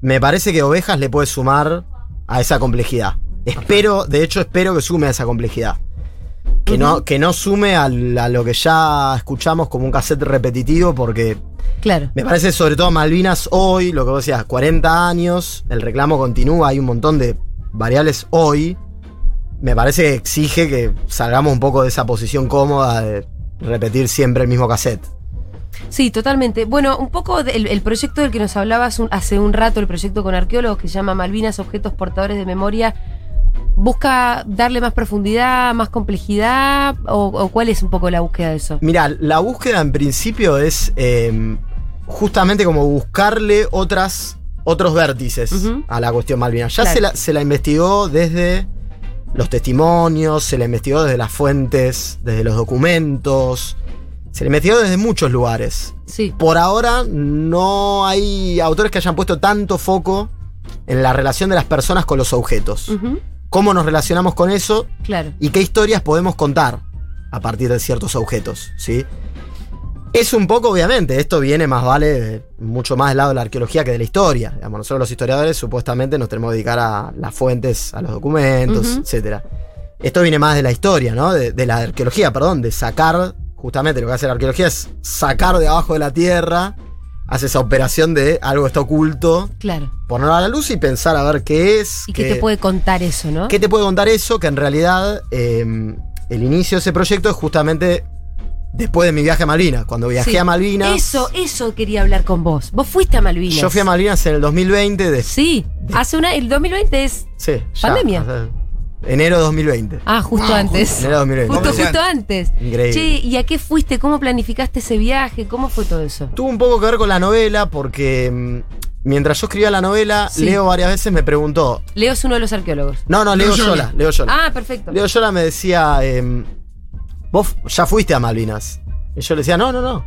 S4: Me parece que ovejas le puede sumar a esa complejidad. Espero, de hecho, espero que sume a esa complejidad. Que no, que no sume al- a lo que ya escuchamos como un cassette repetitivo, porque
S1: claro.
S4: me parece sobre todo Malvinas hoy, lo que vos decías, 40 años, el reclamo continúa, hay un montón de variables hoy. Me parece que exige que salgamos un poco de esa posición cómoda de repetir siempre el mismo cassette.
S1: Sí, totalmente. Bueno, un poco del el proyecto del que nos hablabas un- hace un rato, el proyecto con arqueólogos que se llama Malvinas, objetos portadores de memoria, ¿busca darle más profundidad, más complejidad? ¿O, o cuál es un poco la búsqueda de eso?
S4: Mira, la búsqueda en principio es eh, justamente como buscarle otras, otros vértices
S1: Ujú.
S4: a la cuestión Malvina. Ya
S1: Claro.
S4: se, la, se la investigó desde los testimonios, se la investigó desde las fuentes, desde los documentos, se la investigó desde muchos lugares.
S1: Sí,
S4: Por ahora no hay autores que hayan puesto tanto foco en la relación de las personas con los objetos.
S1: Ujú,
S4: ¿Cómo nos relacionamos con eso?
S1: claro.
S4: y qué historias podemos contar a partir de ciertos objetos, ¿sí? Es un poco, obviamente, esto viene más vale de- mucho más del lado de la arqueología que de la historia. Digamos, nosotros los historiadores supuestamente nos tenemos que dedicar a las fuentes, a los documentos,
S1: Ujú.
S4: etcétera. Esto viene más de la historia, ¿no? De, de la arqueología, perdón, de sacar, justamente lo que hace la arqueología es sacar de abajo de la tierra hace esa operación de algo está oculto,
S1: Claro.
S4: ponerlo a la luz y pensar a ver qué es.
S1: ¿Y qué
S4: qué-
S1: te puede contar eso, no?
S4: Eh, ¿Qué te puede contar eso? Que en realidad eh, el inicio de ese proyecto es justamente después de mi viaje a Malvinas. Cuando viajé
S1: Sí.
S4: a Malvinas.
S1: Eso, eso quería hablar con vos. Vos fuiste a Malvinas.
S4: Yo fui a Malvinas en el 2020. de-
S1: Sí, hace una. El 2020 es.
S4: sí, ya,
S1: Pandemia.
S4: o sea, enero de 2020.
S1: Ah, justo
S2: Wow,
S1: antes.
S4: Enero de 2020.
S1: Justo,
S3: Vamos
S1: justo antes.
S4: Increíble.
S1: Che, ¿y a qué fuiste? ¿Cómo planificaste ese viaje? ¿Cómo fue todo eso?
S4: Tuvo un poco que ver con la novela porque mm, mientras yo escribía la novela,
S1: Sí.
S4: Leo varias veces me preguntó.
S1: Leo es uno de los arqueólogos.
S4: No, no,
S2: Leo
S4: Leo,
S2: Yola.
S4: Yola, Leo Yola.
S1: Ah, perfecto.
S4: Leo Yola me decía, em, vos ya fuiste a Malvinas. Y yo le decía, no, no, no.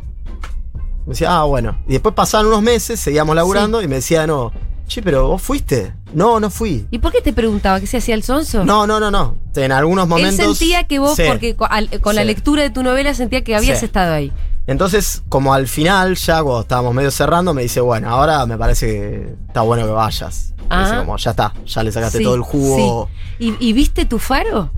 S4: Me decía, ah, bueno. Y después pasaron unos meses, seguíamos laburando y me decía, no, che, pero vos fuiste. No, no fui.
S1: ¿Y por qué te preguntaba que se hacía el sonso?
S4: No, no, no, no. En algunos momentos.
S1: Él sentía que vos,
S4: Sí.
S1: porque co- al- con la
S4: Sí.
S1: lectura de tu novela sentía que habías
S4: Sí.
S1: estado ahí.
S4: Entonces, como al final, ya cuando estábamos medio cerrando, me dice, bueno, ahora me parece que está bueno que vayas. Me
S1: Ah.
S4: dice como, ya está, ya le sacaste
S1: Sí,
S4: todo el jugo.
S1: sí. ¿Y, y viste tu faro?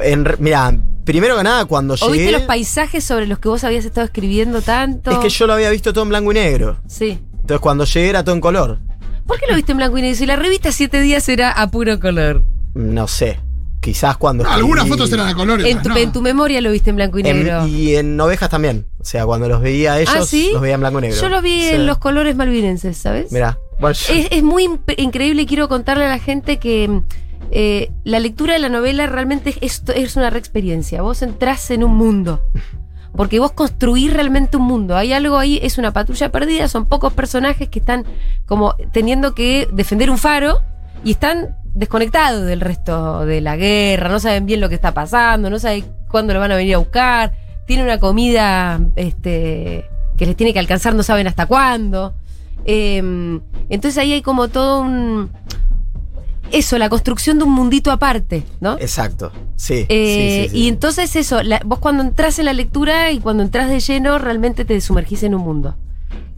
S4: En re- Mira, primero que nada, cuando
S1: ¿O viste
S4: llegué.
S1: los paisajes sobre los que vos habías estado escribiendo tanto?
S4: es que yo lo había visto todo en blanco y negro.
S1: Sí.
S4: Entonces, cuando llegué era todo en color.
S1: ¿Por qué lo viste en blanco y negro? Si la revista Siete Días era a puro color.
S4: No sé. Quizás cuando.
S2: No, Ah, algunas
S4: escribí-
S2: fotos eran a colores.
S1: En
S2: otras
S1: tu,
S2: no.
S1: en tu memoria lo viste en blanco y
S4: En-
S1: negro.
S4: y en ovejas también. O sea, cuando los veía a ellos,
S1: ¿Ah, sí?
S4: los veía en blanco y negro.
S1: Yo lo vi
S4: Sí.
S1: en los colores malvinenses, ¿sabes?
S4: Mirá. Bueno, yo-
S1: Es, es muy imp- increíble y quiero contarle a la gente que mm, eh, la lectura de la novela realmente es, es- es una re experiencia. Vos entrás en un mundo. Porque vos construís realmente un mundo. Hay algo ahí, es una patrulla perdida, son pocos personajes que están como teniendo que defender un faro y están desconectados del resto de la guerra, no saben bien lo que está pasando, no saben cuándo lo van a venir a buscar, tienen una comida este, que les tiene que alcanzar, no saben hasta cuándo. Eh, entonces ahí hay como todo un... Eso, la construcción de un mundito aparte, ¿no?
S4: Exacto. Sí,
S1: Eh,
S4: sí, sí, sí.
S1: Y entonces eso, la- vos cuando entras en la lectura y cuando entras de lleno, realmente te sumergís en un mundo.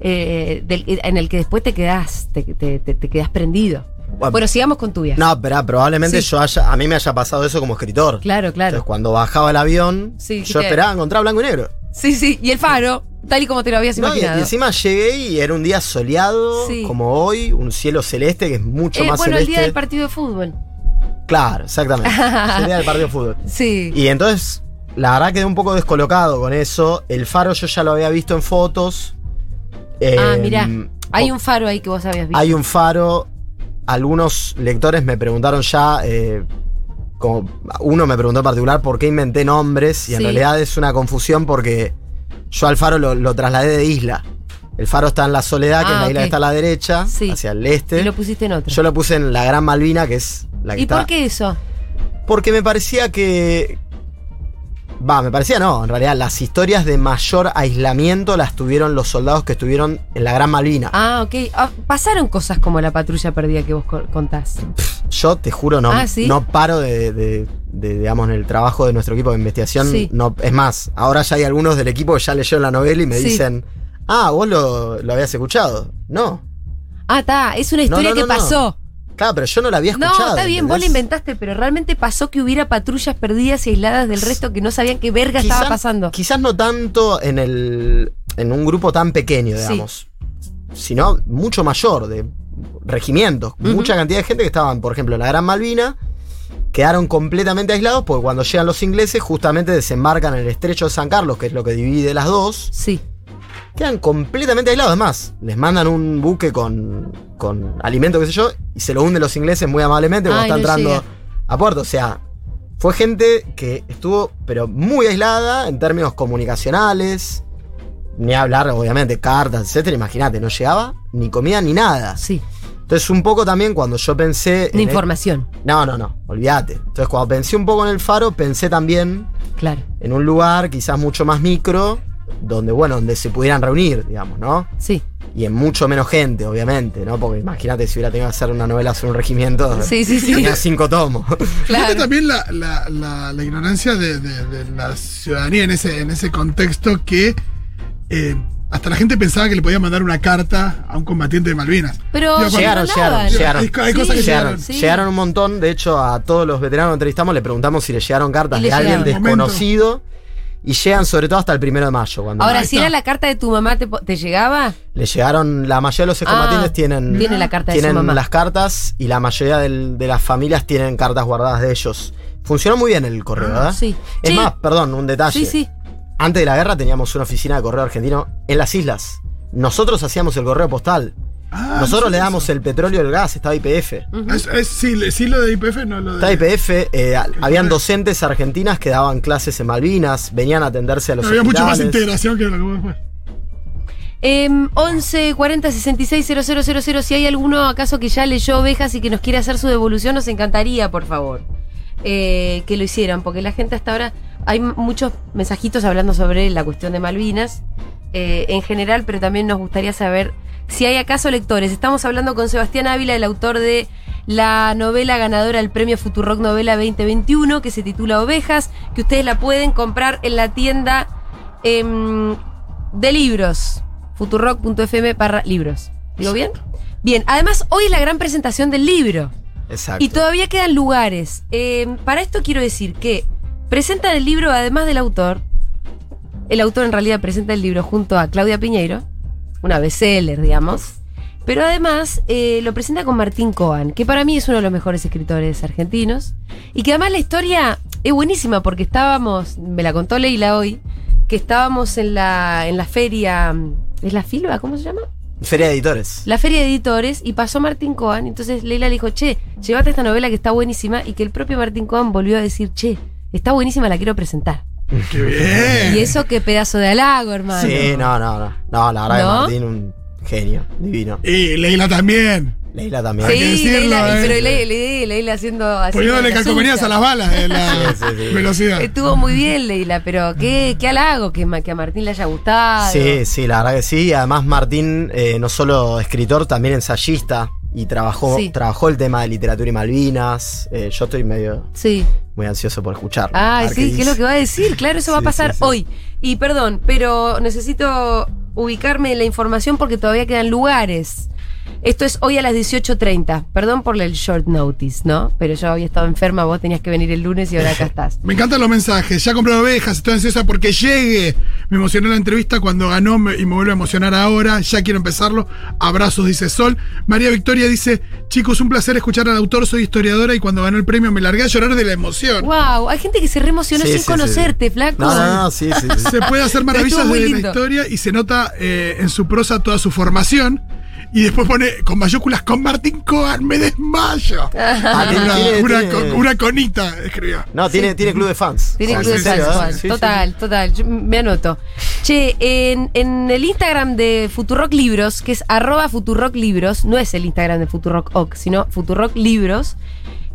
S1: eh, del- en el que después te quedás, te, te- te- te quedás prendido.
S4: Bueno,
S1: Bueno, sigamos con tu viaje.
S4: No, pero probablemente
S1: Sí.
S4: yo haya, a mí me haya pasado eso como escritor.
S1: Claro,
S4: Entonces,
S1: claro.
S4: cuando bajaba el avión,
S1: Sí, dijiste-
S4: yo esperaba encontrar blanco y negro.
S1: Sí, sí, y el faro, tal y como te lo habías
S4: No, y, y
S1: imaginado.
S4: encima llegué y era un día soleado,
S1: Sí.
S4: como hoy, un cielo celeste que es mucho
S1: Eh,
S4: más
S1: bueno, el
S4: celeste.
S1: día del partido de fútbol.
S4: claro, exactamente. el día del partido de fútbol.
S1: Sí.
S4: Y entonces, la verdad quedé un poco descolocado con eso. El faro yo ya lo había visto en fotos.
S1: ah,
S4: Em,
S1: mirá. Hay
S4: o-
S1: un faro ahí que vos habías visto.
S4: hay un faro. Algunos lectores me preguntaron ya. eh, como, uno me preguntó en particular por qué inventé nombres. Y en
S1: Sí.
S4: realidad es una confusión porque yo al faro lo, lo trasladé de isla. El faro está en la Soledad, que
S1: Ah,
S4: es la isla
S1: ok.
S4: que está a la derecha,
S1: Sí.
S4: hacia el
S1: y
S4: este.
S1: lo pusiste en otro.
S4: Yo lo puse en la Gran Malvina, que es la que
S1: ¿Y
S4: está.
S1: por qué eso?
S4: Porque me parecía que. Va, me parecía no. En realidad, las historias de mayor aislamiento las tuvieron los soldados que estuvieron en la Gran Malvina.
S1: Ah, ok. Ah, pasaron cosas como la patrulla perdida que vos co- contás.
S4: Yo te juro, no,
S1: Ah, ¿sí?
S4: no paro de, de- de, digamos, en el trabajo de nuestro equipo de investigación.
S1: Sí.
S4: No, es más, ahora ya hay algunos del equipo que ya leyeron la novela y me
S1: Sí.
S4: dicen, ah, vos lo, lo habías escuchado. No.
S1: Ah, está. Es una
S4: No,
S1: historia
S4: no,
S1: que
S4: no, no.
S1: pasó.
S4: Claro, pero yo no la había
S1: No,
S4: escuchado.
S1: está bien, vos la
S4: ¿entendés?
S1: inventaste, pero realmente pasó que hubiera patrullas perdidas y aisladas del resto que no sabían qué verga
S4: Quizá-
S1: estaba pasando.
S4: Quizás no tanto en el. en un grupo tan pequeño,
S1: Sí.
S4: digamos. Sino mucho mayor, de regimientos.
S1: Ujú.
S4: Mucha cantidad de gente que estaban, por ejemplo, en la Gran Malvina. Quedaron completamente aislados porque cuando llegan los ingleses justamente desembarcan en el estrecho de San Carlos, que es lo que divide las dos.
S1: Sí.
S4: Quedan completamente aislados. Además, les mandan un buque con, con alimento, qué sé yo, y se lo hunden los ingleses muy amablemente cuando
S1: Ay,
S4: está
S1: no
S4: entrando
S1: llega.
S4: a puerto. O sea, fue gente que estuvo, pero muy aislada en términos comunicacionales. Ni hablar, obviamente, cartas, etcétera. Imagínate, no llegaba ni comida ni nada.
S1: Sí.
S4: Entonces, un poco también cuando yo pensé.
S1: Una
S4: en-
S1: información,
S4: No, no, no, olvídate. Entonces, cuando pensé un poco en el faro, pensé también
S1: claro.
S4: en un lugar quizás mucho más micro, donde, bueno, donde se pudieran reunir, digamos, ¿no?
S1: Sí.
S4: Y en mucho menos gente, obviamente, ¿no? Porque imagínate si hubiera tenido que hacer una novela sobre un regimiento.
S1: Sí, sí, sí.
S4: Tenía cinco tomos.
S2: Fíjate
S1: Claro.
S2: también la, la- la- la ignorancia de, de- de la ciudadanía en ese, en ese contexto que eh, hasta la gente pensaba que le podía mandar una carta a un combatiente de Malvinas.
S1: Pero
S2: Digo,
S4: llegaron,
S1: no
S4: llegaron,
S1: hablaban.
S4: llegaron.
S2: Hay- hay cosas que
S4: llegaron,
S1: sí.
S4: llegaron un montón. De hecho, a todos los veteranos que entrevistamos le preguntamos si les llegaron cartas
S1: Y
S4: de
S1: les
S4: alguien
S1: llegaron.
S4: desconocido. y llegan sobre todo hasta el primero de mayo. Cuando
S1: Ahora,
S2: ahí
S1: si
S2: está.
S1: era la carta de tu mamá, ¿te, po- te llegaba?
S4: le llegaron, la mayoría de los excombatientes
S1: Ah,
S4: tienen,
S1: Tiene la carta de su
S4: tienen
S1: mamá.
S4: las cartas y la mayoría del- de las familias tienen cartas guardadas de ellos. Funcionó muy bien el correo, ¿verdad?
S1: Ah, Sí.
S4: ¿Ah? Es
S1: Che,
S4: más, perdón, un detalle.
S1: sí, sí.
S4: Antes de la guerra teníamos una oficina de correo argentino en las islas. Nosotros hacíamos el correo postal.
S2: Ah, no
S4: Nosotros
S2: sé
S4: le
S2: eso.
S4: damos el petróleo, el gas, estaba IPF.
S1: Ujú.
S2: Ah, es- es- sí, le- sí, lo de IPF no lo de.
S4: Estaba IPF, eh, habían
S2: correo.
S4: docentes argentinas que daban clases en Malvinas, venían a atenderse a los
S2: había mucho más
S4: hospitales.
S2: integración que lo que fue.
S1: Em, 11 40 66 000. Si hay alguno acaso que ya leyó ovejas y que nos quiere hacer su devolución, nos encantaría, por favor, eh, que lo hicieran, porque la gente hasta ahora. Hay m- muchos mensajitos hablando sobre la cuestión de Malvinas eh, en general, pero también nos gustaría saber si hay acaso lectores. Estamos hablando con Sebastián Ávila, el autor de la novela ganadora del premio Futurock Novela 2021, que se titula Ovejas, que ustedes la pueden comprar en la tienda em, de libros. Futurock.fm para libros. ¿Digo bien? Bien, además hoy es la gran presentación del libro
S4: Exacto.
S1: y todavía quedan lugares. Eh, para esto quiero decir que presentan el libro, además del autor, el autor en realidad presenta el libro junto a Claudia Piñeiro, una bestseller, digamos, pero además eh, lo presenta con Martín Coan, que para mí es uno de los mejores escritores argentinos, y que además la historia es buenísima porque estábamos, me la contó Leila hoy, que estábamos en la, en la feria, ¿es la Filba? ¿Cómo se llama?
S4: Feria de editores.
S1: la feria de editores y pasó Martín Coan. Entonces Leila le dijo, che, llévate esta novela que está buenísima y que el propio Martín Coan volvió a decir, che, está buenísima, la quiero presentar.
S2: Qué bien.
S1: Y eso qué pedazo de halago, hermano.
S4: Sí, no, no, no. No, la verdad que
S1: ¿No?
S4: Martín, un genio, divino.
S2: Y Leila también.
S4: Leila también.
S1: Sí,
S2: que decirlo,
S1: Leila,
S2: eh.
S1: pero Leila, Leila- Leila haciendo... haciendo
S2: Poniéndole
S1: la
S2: calcomanías
S1: suya.
S2: a las balas en la
S4: Sí, sí, sí.
S2: velocidad.
S1: Estuvo muy bien, Leila, pero qué, qué halago que, ma- que a Martín le haya gustado.
S4: Sí, sí, la verdad que sí. Y Además, Martín, eh, no solo escritor, también ensayista. Y trabajó,
S1: Sí.
S4: trabajó el tema de literatura y Malvinas. Eh, yo estoy medio
S1: Sí.
S4: muy ansioso por escucharlo. a
S1: Ah,
S4: ver
S1: sí, ¿qué es lo
S4: dice.
S1: que va a decir? Claro, eso va a
S4: Sí,
S1: pasar
S4: sí, sí.
S1: hoy. Y perdón, pero necesito ubicarme en la información porque todavía quedan lugares. Esto es hoy a las 18.30. Perdón por el short notice, ¿no? Pero yo había estado enferma, vos tenías que venir el lunes y ahora acá estás.
S2: Me encantan los mensajes. Ya compré ovejas, estoy ansiosa porque llegue. Me emocionó la entrevista cuando ganó me- y me vuelve a emocionar ahora. Ya quiero empezarlo. Abrazos, dice Sol. María Victoria dice: Chicos, un placer escuchar al autor. Soy historiadora y cuando ganó el premio me largué a llorar de la emoción.
S1: ¡Wow! Hay gente que se reemocionó
S4: Sí,
S1: sin
S4: sí, sí.
S1: conocerte, flaco.
S4: No, no, no, sí, sí. sí.
S2: Se puede hacer maravillas
S1: Estuvo muy
S2: de la
S1: lindo.
S2: historia y se nota eh, en su prosa toda su formación. Y después pone con mayúsculas con Martín Coan, me desmayo.
S4: Ah, tiene-
S2: una,
S4: tiene-
S2: una
S4: tiene-
S2: con- Ah, una conita, escribió.
S4: No, tiene, tiene club de fans.
S1: Tiene
S4: Sí,
S1: club de
S4: sí,
S1: fans,
S4: sí,
S1: Juan.
S4: sí, sí,
S1: total, total. Yo me anoto. Che, en, en el Instagram de Futurock Libros, que es arroba Futurock Libros, no es el Instagram de Futurock Oc, sino Futurock Libros,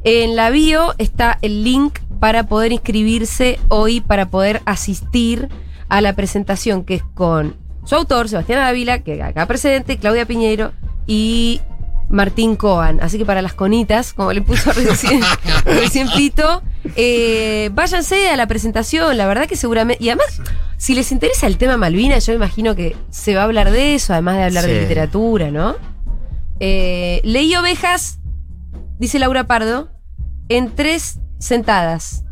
S1: en la bio está el link para poder inscribirse hoy, para poder asistir a la presentación, que es con su autor, Sebastián Ávila, que acá presente, Claudia Piñeiro y Martín Coan. Así que para las conitas, como le puso recién, recién Pito, eh, váyanse a la presentación, la verdad que seguramente... Y además, si les interesa el tema Malvinas, yo me imagino que se va a hablar de eso, además de hablar de
S4: Sí.
S1: literatura, ¿no? Eh, leí ovejas, dice Laura Pardo, en tres sentadas.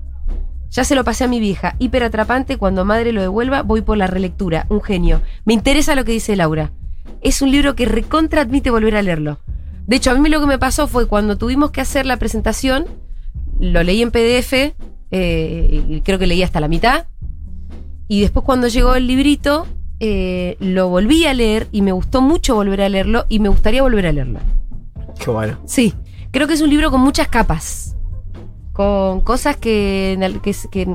S1: Ya se lo pasé a mi vieja. Hiperatrapante, cuando madre lo devuelva, voy por la relectura. Un genio. Me interesa lo que dice Laura. Es un libro que recontra admite volver a leerlo. De hecho, a mí lo que me pasó fue cuando tuvimos que hacer la presentación, lo leí en PDF, eh, y creo que leí hasta la mitad. Y después cuando llegó el librito, eh, lo volví a leer y me gustó mucho volver a leerlo y me gustaría volver a leerlo.
S4: Qué bueno.
S1: Sí, creo que es un libro con muchas capas. Con cosas que, en al- que es- que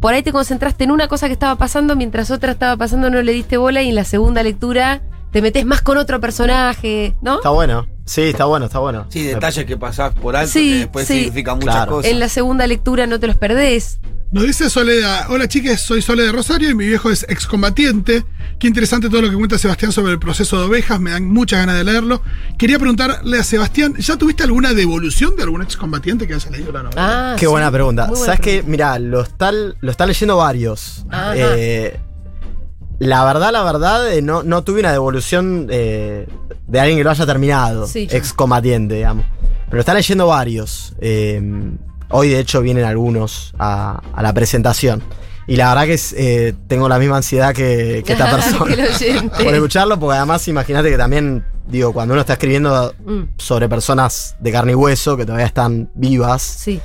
S1: por ahí te concentraste en una cosa que estaba pasando, mientras otra estaba pasando no le diste bola y en la segunda lectura te metes más con otro personaje, ¿no?
S4: Está bueno. Sí, está bueno, está bueno.
S3: Sí, detalles que pasás por alto
S1: Sí,
S3: que después
S1: sí.
S3: significan muchas
S4: Claro.
S3: cosas.
S1: En la segunda lectura no te los perdés.
S2: Nos dice Soledad, hola chicas, soy Sole de Rosario y mi viejo es excombatiente. Qué interesante todo lo que cuenta Sebastián sobre el proceso de ovejas, me dan muchas ganas de leerlo. Quería preguntarle a Sebastián, ¿ya tuviste alguna devolución de algún excombatiente que haya leído la novela?
S1: Ah, sí.
S4: Qué buena pregunta.
S1: Muy buena
S4: ¿Sabes qué?
S1: pregunta.
S4: Mirá, lo está, lo está leyendo varios.
S1: Ajá.
S4: Eh, la verdad, la verdad, eh, no, no tuve una devolución eh, de alguien que lo haya terminado.
S1: Sí.
S4: Excombatiente, digamos. Pero lo está leyendo varios. Eh, hoy, de hecho, vienen algunos a, a la presentación. Y la verdad que es, eh, tengo la misma ansiedad que, que esta
S1: Que el
S4: persona
S1: oyente.
S4: por escucharlo, porque además imagínate que también, digo, cuando uno está escribiendo
S1: Mm,
S4: sobre personas de carne y hueso que todavía están vivas,
S1: sí.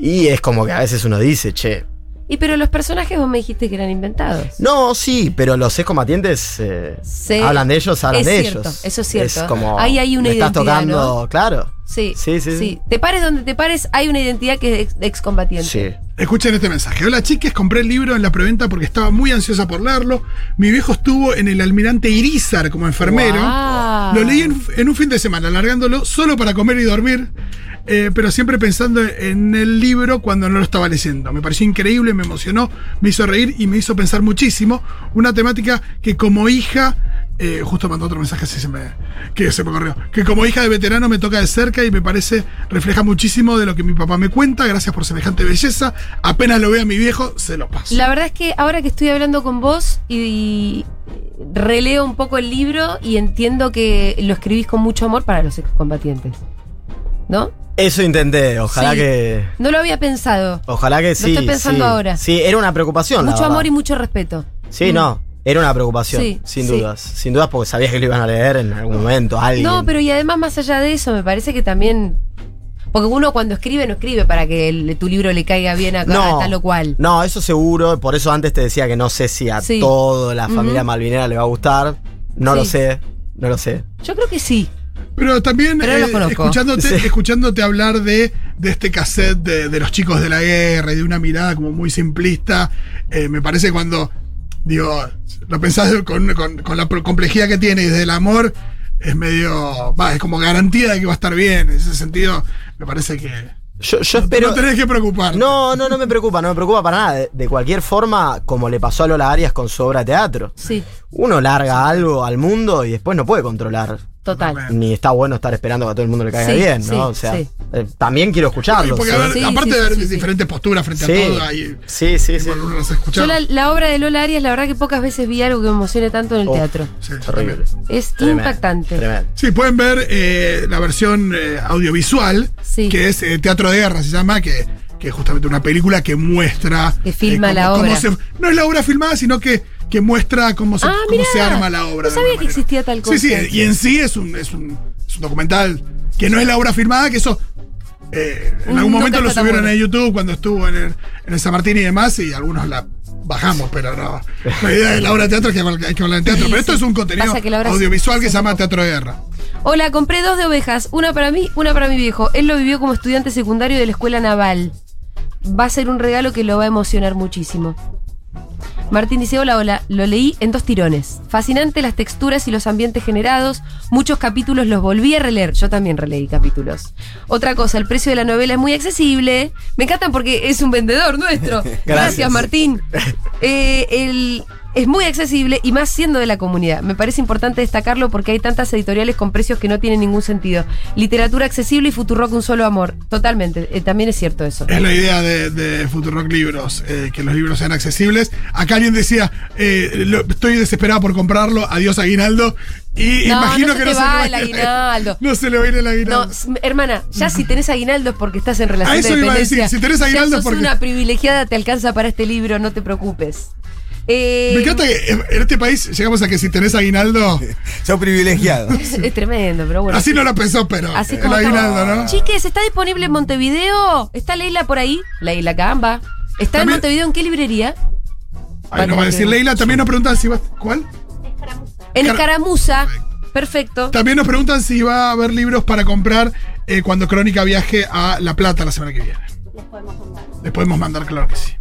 S4: y es como que a veces uno dice, che,
S1: Y pero los personajes vos me dijiste que eran inventados.
S4: no, sí, pero los excombatientes eh,
S1: Sí.
S4: hablan de ellos, hablan
S1: Es
S4: de
S1: cierto,
S4: ellos.
S1: eso es cierto.
S4: como,
S1: Ahí hay una
S4: me estás
S1: identidad,
S4: tocando, claro.
S1: Sí,
S4: Sí, sí, sí.
S1: Te pares donde te pares, hay una identidad que es ex- excombatiente.
S4: Sí.
S2: Escuchen este mensaje. Hola chiques, compré el libro en la preventa porque estaba muy ansiosa por leerlo. Mi viejo estuvo en el almirante Irizar como enfermero.
S1: Guau.
S2: Lo leí en, en un fin de semana, alargándolo solo para comer y dormir, eh, pero siempre pensando en el libro cuando no lo estaba leyendo. Me pareció increíble, me emocionó, me hizo reír y me hizo pensar muchísimo. Una temática que como hija, eh, justo mandó otro mensaje así se me, que se me corrió, que como hija de veterano me toca de cerca y me parece, refleja muchísimo de lo que mi papá me cuenta. Gracias por semejante belleza. Apenas lo veo a mi viejo, se lo paso.
S1: La verdad es que ahora que estoy hablando con vos y, y releo un poco el libro y entiendo que lo escribís con mucho amor para los excombatientes. ¿No?
S4: Eso intenté, ojalá
S1: Sí.
S4: que...
S1: No lo había pensado.
S4: Ojalá que sí.
S1: estoy pensando
S4: sí.
S1: ahora.
S4: Sí, era una preocupación. la
S1: mucho amor
S4: verdad.
S1: y mucho respeto.
S4: Sí,
S1: Mm.
S4: no. Era una preocupación,
S1: Sí,
S4: sin
S1: sí.
S4: dudas. Sin dudas porque sabías que lo iban a leer en algún momento, alguien.
S1: No, pero y además más allá de eso, me parece que también... Porque uno cuando escribe no escribe para que el- tu libro le caiga bien a, a tal o cual.
S4: No, eso seguro. Por eso antes te decía que no sé si a
S1: Sí.
S4: toda la
S1: Ujú.
S4: familia malvinera le va a gustar. No lo
S1: Sí.
S4: sé, no lo sé.
S1: Yo creo que sí.
S2: Pero también eh,
S1: Pero los conozco.
S2: escuchándote,
S4: Sí.
S2: escuchándote hablar de, de este cassette de, de los chicos de la guerra y de una mirada como muy simplista, eh, me parece cuando, digo, lo pensás con, con- con la pro- complejidad que tiene y desde el amor, es medio, va, es como garantía de que va a estar bien. En ese sentido, me parece que
S4: Yo, yo espero.
S2: no tenés que preocupar.
S4: No, no, no me preocupa, no me preocupa para nada. De, de cualquier forma, como le pasó a Lola Arias con su obra de teatro.
S1: Sí,
S4: Uno larga algo al mundo y después no puede controlar.
S1: total.
S4: Ni está bueno estar esperando que a todo el mundo le caiga
S1: Sí,
S4: bien, ¿no?
S1: sí,
S4: o sea,
S1: sí.
S4: eh, también quiero escucharlo.
S2: porque, a ver,
S1: Sí, sí,
S2: aparte
S1: sí,
S2: de ver
S1: sí, sí.
S2: diferentes posturas frente a todo, hay,
S4: Sí, sí, sí.
S2: bueno, uno las
S1: Yo
S2: escucha.
S1: la, la obra de Lola Arias, la verdad que pocas veces vi algo que me emocione tanto en el
S4: Oh.
S1: teatro.
S2: Sí,
S4: Terrible.
S1: Es
S4: Tremendo,
S1: impactante.
S4: tremendo.
S2: Sí, pueden ver eh, la versión eh, audiovisual,
S1: Sí.
S2: que es eh, Teatro de Guerra, se llama, que, que es justamente una película que muestra.
S1: Que filma
S2: cómo-
S1: la
S2: cómo
S1: obra.
S2: se- no es la obra filmada, sino que, que muestra cómo se,
S1: Ah,
S2: cómo
S1: mirá.
S2: se arma la
S1: No sabía
S2: obra. de alguna
S1: que
S2: manera.
S1: existía tal cosa.
S2: Sí, sí, y en sí es un, es un, es un documental que no es la obra filmada, que eso. eh, en algún
S1: Nunca
S2: momento lo
S1: está tan
S2: subieron
S1: bueno.
S2: en YouTube cuando estuvo en el, en el San Martín y demás, y algunos la bajamos, pero no. La idea de la obra de teatro es que hay que hablar en teatro.
S1: Sí,
S2: pero esto
S1: sí.
S2: es un contenido
S1: Pasa que la obra se-
S2: audiovisual que
S1: se
S2: se llama Teatro de Guerra.
S1: Hola, compré dos de ovejas, una para mí, una para mi viejo. Él lo vivió como estudiante secundario de la escuela naval. Va a ser un regalo que lo va a emocionar muchísimo. Martín dice, hola, hola, lo leí en dos tirones. Fascinante las texturas y los ambientes generados. Muchos capítulos los volví a releer. Yo también releí capítulos. Otra cosa, el precio de la novela es muy accesible. Me encantan porque es un vendedor nuestro. Gracias,
S4: Gracias.
S1: Martín. Eh, el- es muy accesible y más siendo de la comunidad. Me parece importante destacarlo porque hay tantas editoriales con precios que no tienen ningún sentido. Literatura accesible y Futurock un solo amor. Totalmente, eh, también es cierto eso.
S2: Es la idea de, de Futurock Libros, eh, que los libros sean accesibles. Acá alguien decía, eh, lo- estoy desesperado por comprarlo, adiós aguinaldo. Y
S1: No,
S2: imagino
S1: no se
S2: que
S1: te
S2: no se,
S1: va
S2: le va a ir
S1: el aguinaldo.
S2: No se le va a ir el
S1: No,
S2: aguinaldo.
S1: s- hermana, ya si tenés aguinaldo es porque estás en relación
S2: A
S1: de
S2: eso iba a decir,
S1: dependencia.
S2: si tenés
S1: Ya
S2: aguinaldo
S1: sos
S2: porque-
S1: una privilegiada, te alcanza para este libro, no te preocupes. Eh,
S2: Me encanta que en en este país llegamos a que si tenés aguinaldo,
S3: Son privilegiados.
S1: Es tremendo, pero bueno.
S2: así no lo pensó, pero
S1: Así
S2: el
S1: como
S2: aguinaldo,
S1: estamos.
S2: ¿no?
S1: Chiques, ¿está disponible en Montevideo? ¿Está Leila por ahí? Leila Gamba. ¿Está en
S2: También-
S1: Montevideo en qué librería?
S2: Ahí nos va a decir Leila, también nos preguntan si va, ¿cuál?
S1: En
S2: Car-
S1: Escaramuza. Perfecto.
S2: También nos preguntan si va a haber libros para comprar eh, cuando Crónica viaje a La Plata la semana que viene. Les podemos mandar, claro que sí.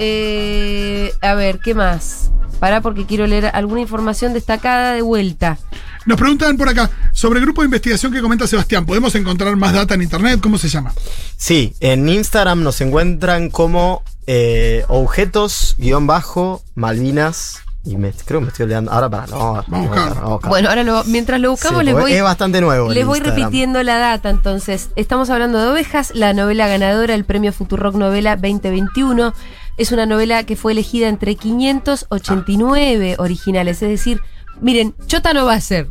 S1: Eh, a ver, ¿qué más? Pará porque quiero leer alguna información destacada de vuelta.
S2: Nos preguntan por acá sobre el grupo de investigación que comenta Sebastián. ¿Podemos encontrar más data en internet? ¿Cómo se llama?
S4: Sí, en Instagram nos encuentran como eh, objetos guión bajo Malvinas y me, creo que me estoy olvidando. Ahora para no, vamos
S2: a buscar.
S1: Bueno, ahora lo- mientras lo buscamos les voy...
S4: es bastante nuevo. el
S1: Les voy
S4: Instagram.
S1: repitiendo la data, entonces. Estamos hablando de Ovejas, la novela ganadora del premio Futurock Novela 2021. Es una novela que fue elegida entre 589 originales. Es decir, miren, Chota no va a ser.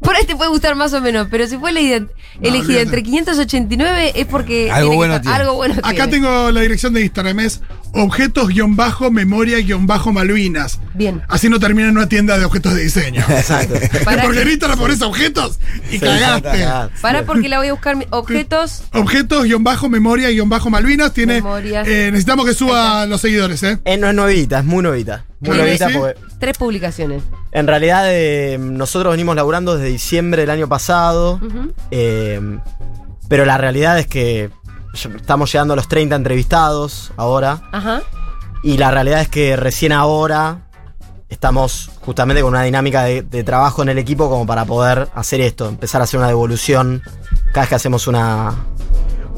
S1: Por ahí te puede gustar más o menos, pero si fue elegida, elegida
S2: olvídate.
S1: entre 589 es porque
S3: Algo
S1: que
S3: bueno
S1: estar-
S3: tiene.
S1: algo bueno
S2: Acá
S1: tiene.
S2: tengo la dirección de Instagram, es objetos-memoria-malvinas.
S1: Bien.
S2: Así no termina en una tienda de objetos de diseño.
S4: Exacto.
S1: Para
S2: Porque
S1: que-
S2: ahorita la pones objetos y cagaste.
S1: Para porque la voy a buscar. mi- Objetos.
S2: Objetos-memoria-malvinas tiene.
S1: Memoria.
S2: eh, necesitamos que suba los seguidores, ¿eh?
S4: Eh, no es novita, es muy novita. Muy
S2: Claro que
S4: novita
S2: sí.
S4: porque
S1: Tres publicaciones.
S4: en realidad eh, nosotros venimos laburando desde diciembre del año pasado.
S1: Ujú.
S4: Eh, pero la realidad es que ya estamos llegando a los 30 entrevistados ahora.
S1: Ajá.
S4: Y la realidad es que recién ahora estamos justamente con una dinámica de, de trabajo en el equipo como para poder hacer esto, empezar a hacer una devolución cada vez que hacemos una,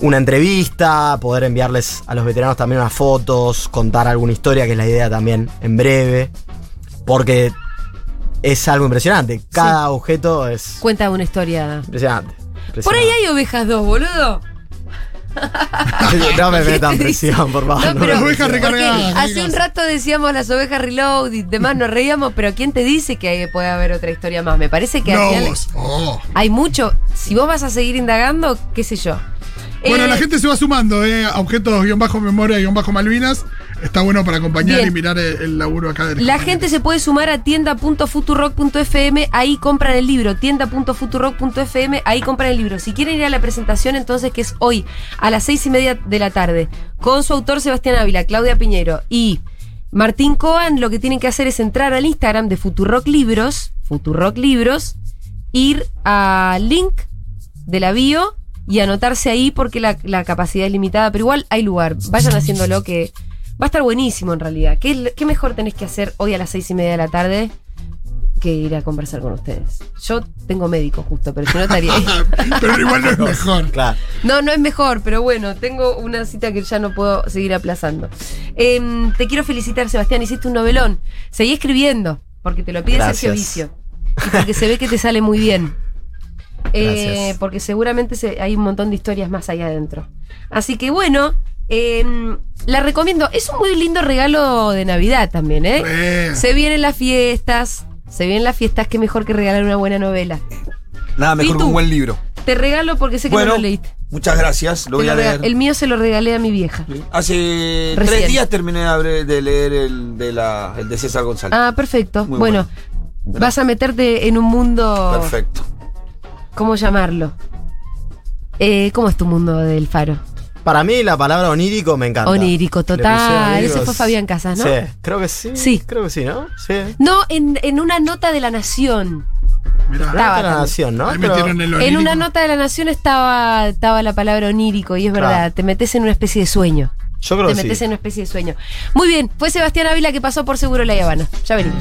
S4: una entrevista, poder enviarles a los veteranos también unas fotos, contar alguna historia, que es la idea también en breve, porque es algo impresionante, cada objeto es
S1: Cuenta una historia.
S4: impresionante.
S1: Por ahí
S4: impresionante.
S1: hay ovejas dos, boludo.
S4: no me
S1: ¿Qué
S4: metan
S1: te
S4: presión, por favor.
S1: No, pero-
S2: las Ah, ovejas
S1: porque
S2: recargadas,
S1: Hace un
S2: amigas.
S1: rato decíamos las ovejas reload y demás nos reíamos, pero ¿quién te dice que ahí puede haber otra historia más? Me parece que al
S2: No,
S1: final
S2: vos. Oh.
S1: hay mucho. Si vos vas a seguir indagando, qué sé yo.
S2: Bueno,
S1: Eh,
S2: la gente se va sumando, ¿eh? A Objetos-memoria-malvinas. Está bueno para acompañar
S1: Bien.
S2: y mirar el, el laburo acá del
S1: La gente se puede sumar a tienda.futurock.fm, ahí compran el libro, tienda.futurock.fm, ahí compran el libro. Si quieren ir a la presentación, entonces que es hoy, a las seis y media de la tarde, con su autor Sebastián Ávila, Claudia Piñero y Martín Coan, lo que tienen que hacer es entrar al Instagram de Futurock Libros, Futurock Libros, ir al link de la bio y anotarse ahí porque la, la capacidad es limitada, pero igual hay lugar. Vayan haciéndolo que va a estar buenísimo en realidad. ¿Qué, qué mejor tenés que hacer hoy a las seis y media de la tarde que ir a conversar con ustedes? Yo tengo médico justo, pero si no estaría...
S2: Pero igual no es mejor.
S4: Claro.
S1: No, no es mejor, pero bueno, tengo una cita que ya no puedo seguir aplazando. Em, te quiero felicitar, Sebastián, hiciste un novelón. Seguí escribiendo, porque te lo pide
S4: Gracias.
S1: Sergio Vicio. Y porque se ve que te sale muy bien. Eh,
S4: Gracias.
S1: porque seguramente se- hay un montón de historias más allá adentro. Así que bueno, em, la recomiendo. Es un muy lindo regalo de Navidad también, ¿eh?
S2: Eh,
S1: Se vienen las fiestas. Se vienen las fiestas, qué mejor que regalar una buena novela.
S3: Nada mejor que
S1: Pitu.
S3: un buen libro.
S1: Te regalo porque sé que no
S3: Bueno,
S1: lo leíste.
S3: muchas gracias.
S1: Te
S3: Lo voy
S1: lo
S3: a
S1: rega-
S3: leer.
S1: El mío se lo regalé a mi vieja.
S3: Hace
S1: Recién.
S3: tres días terminé de abre- de leer el de, la, el de César González.
S1: Ah, perfecto.
S3: Muy
S1: Bueno, vas a meterte en un mundo.
S3: Perfecto.
S1: ¿Cómo llamarlo? Eh, ¿Cómo es tu mundo del faro?
S4: Para mí la palabra onírico me encanta.
S1: Onírico,
S4: Le
S1: total.
S4: pusieron
S1: Ese
S4: amigos.
S1: fue Fabián Casas, ¿no?
S4: Sí, creo que sí.
S1: Sí.
S4: Creo que sí, ¿no? Sí.
S1: No, en, en una nota de la nación.
S2: mirá.
S1: Estaba
S4: Otra
S1: también.
S4: nación, ¿no?
S2: Ahí
S4: Pero-
S2: metieron el
S1: En
S2: onírico.
S1: una nota de la nación estaba, estaba la palabra onírico, y es
S4: Claro.
S1: verdad, te metes en una especie de sueño.
S4: Yo creo
S1: Te
S4: que sí.
S1: metes en una especie de sueño. Muy bien, fue Sebastián Ávila que pasó por Seguro La Habana. Ya venimos.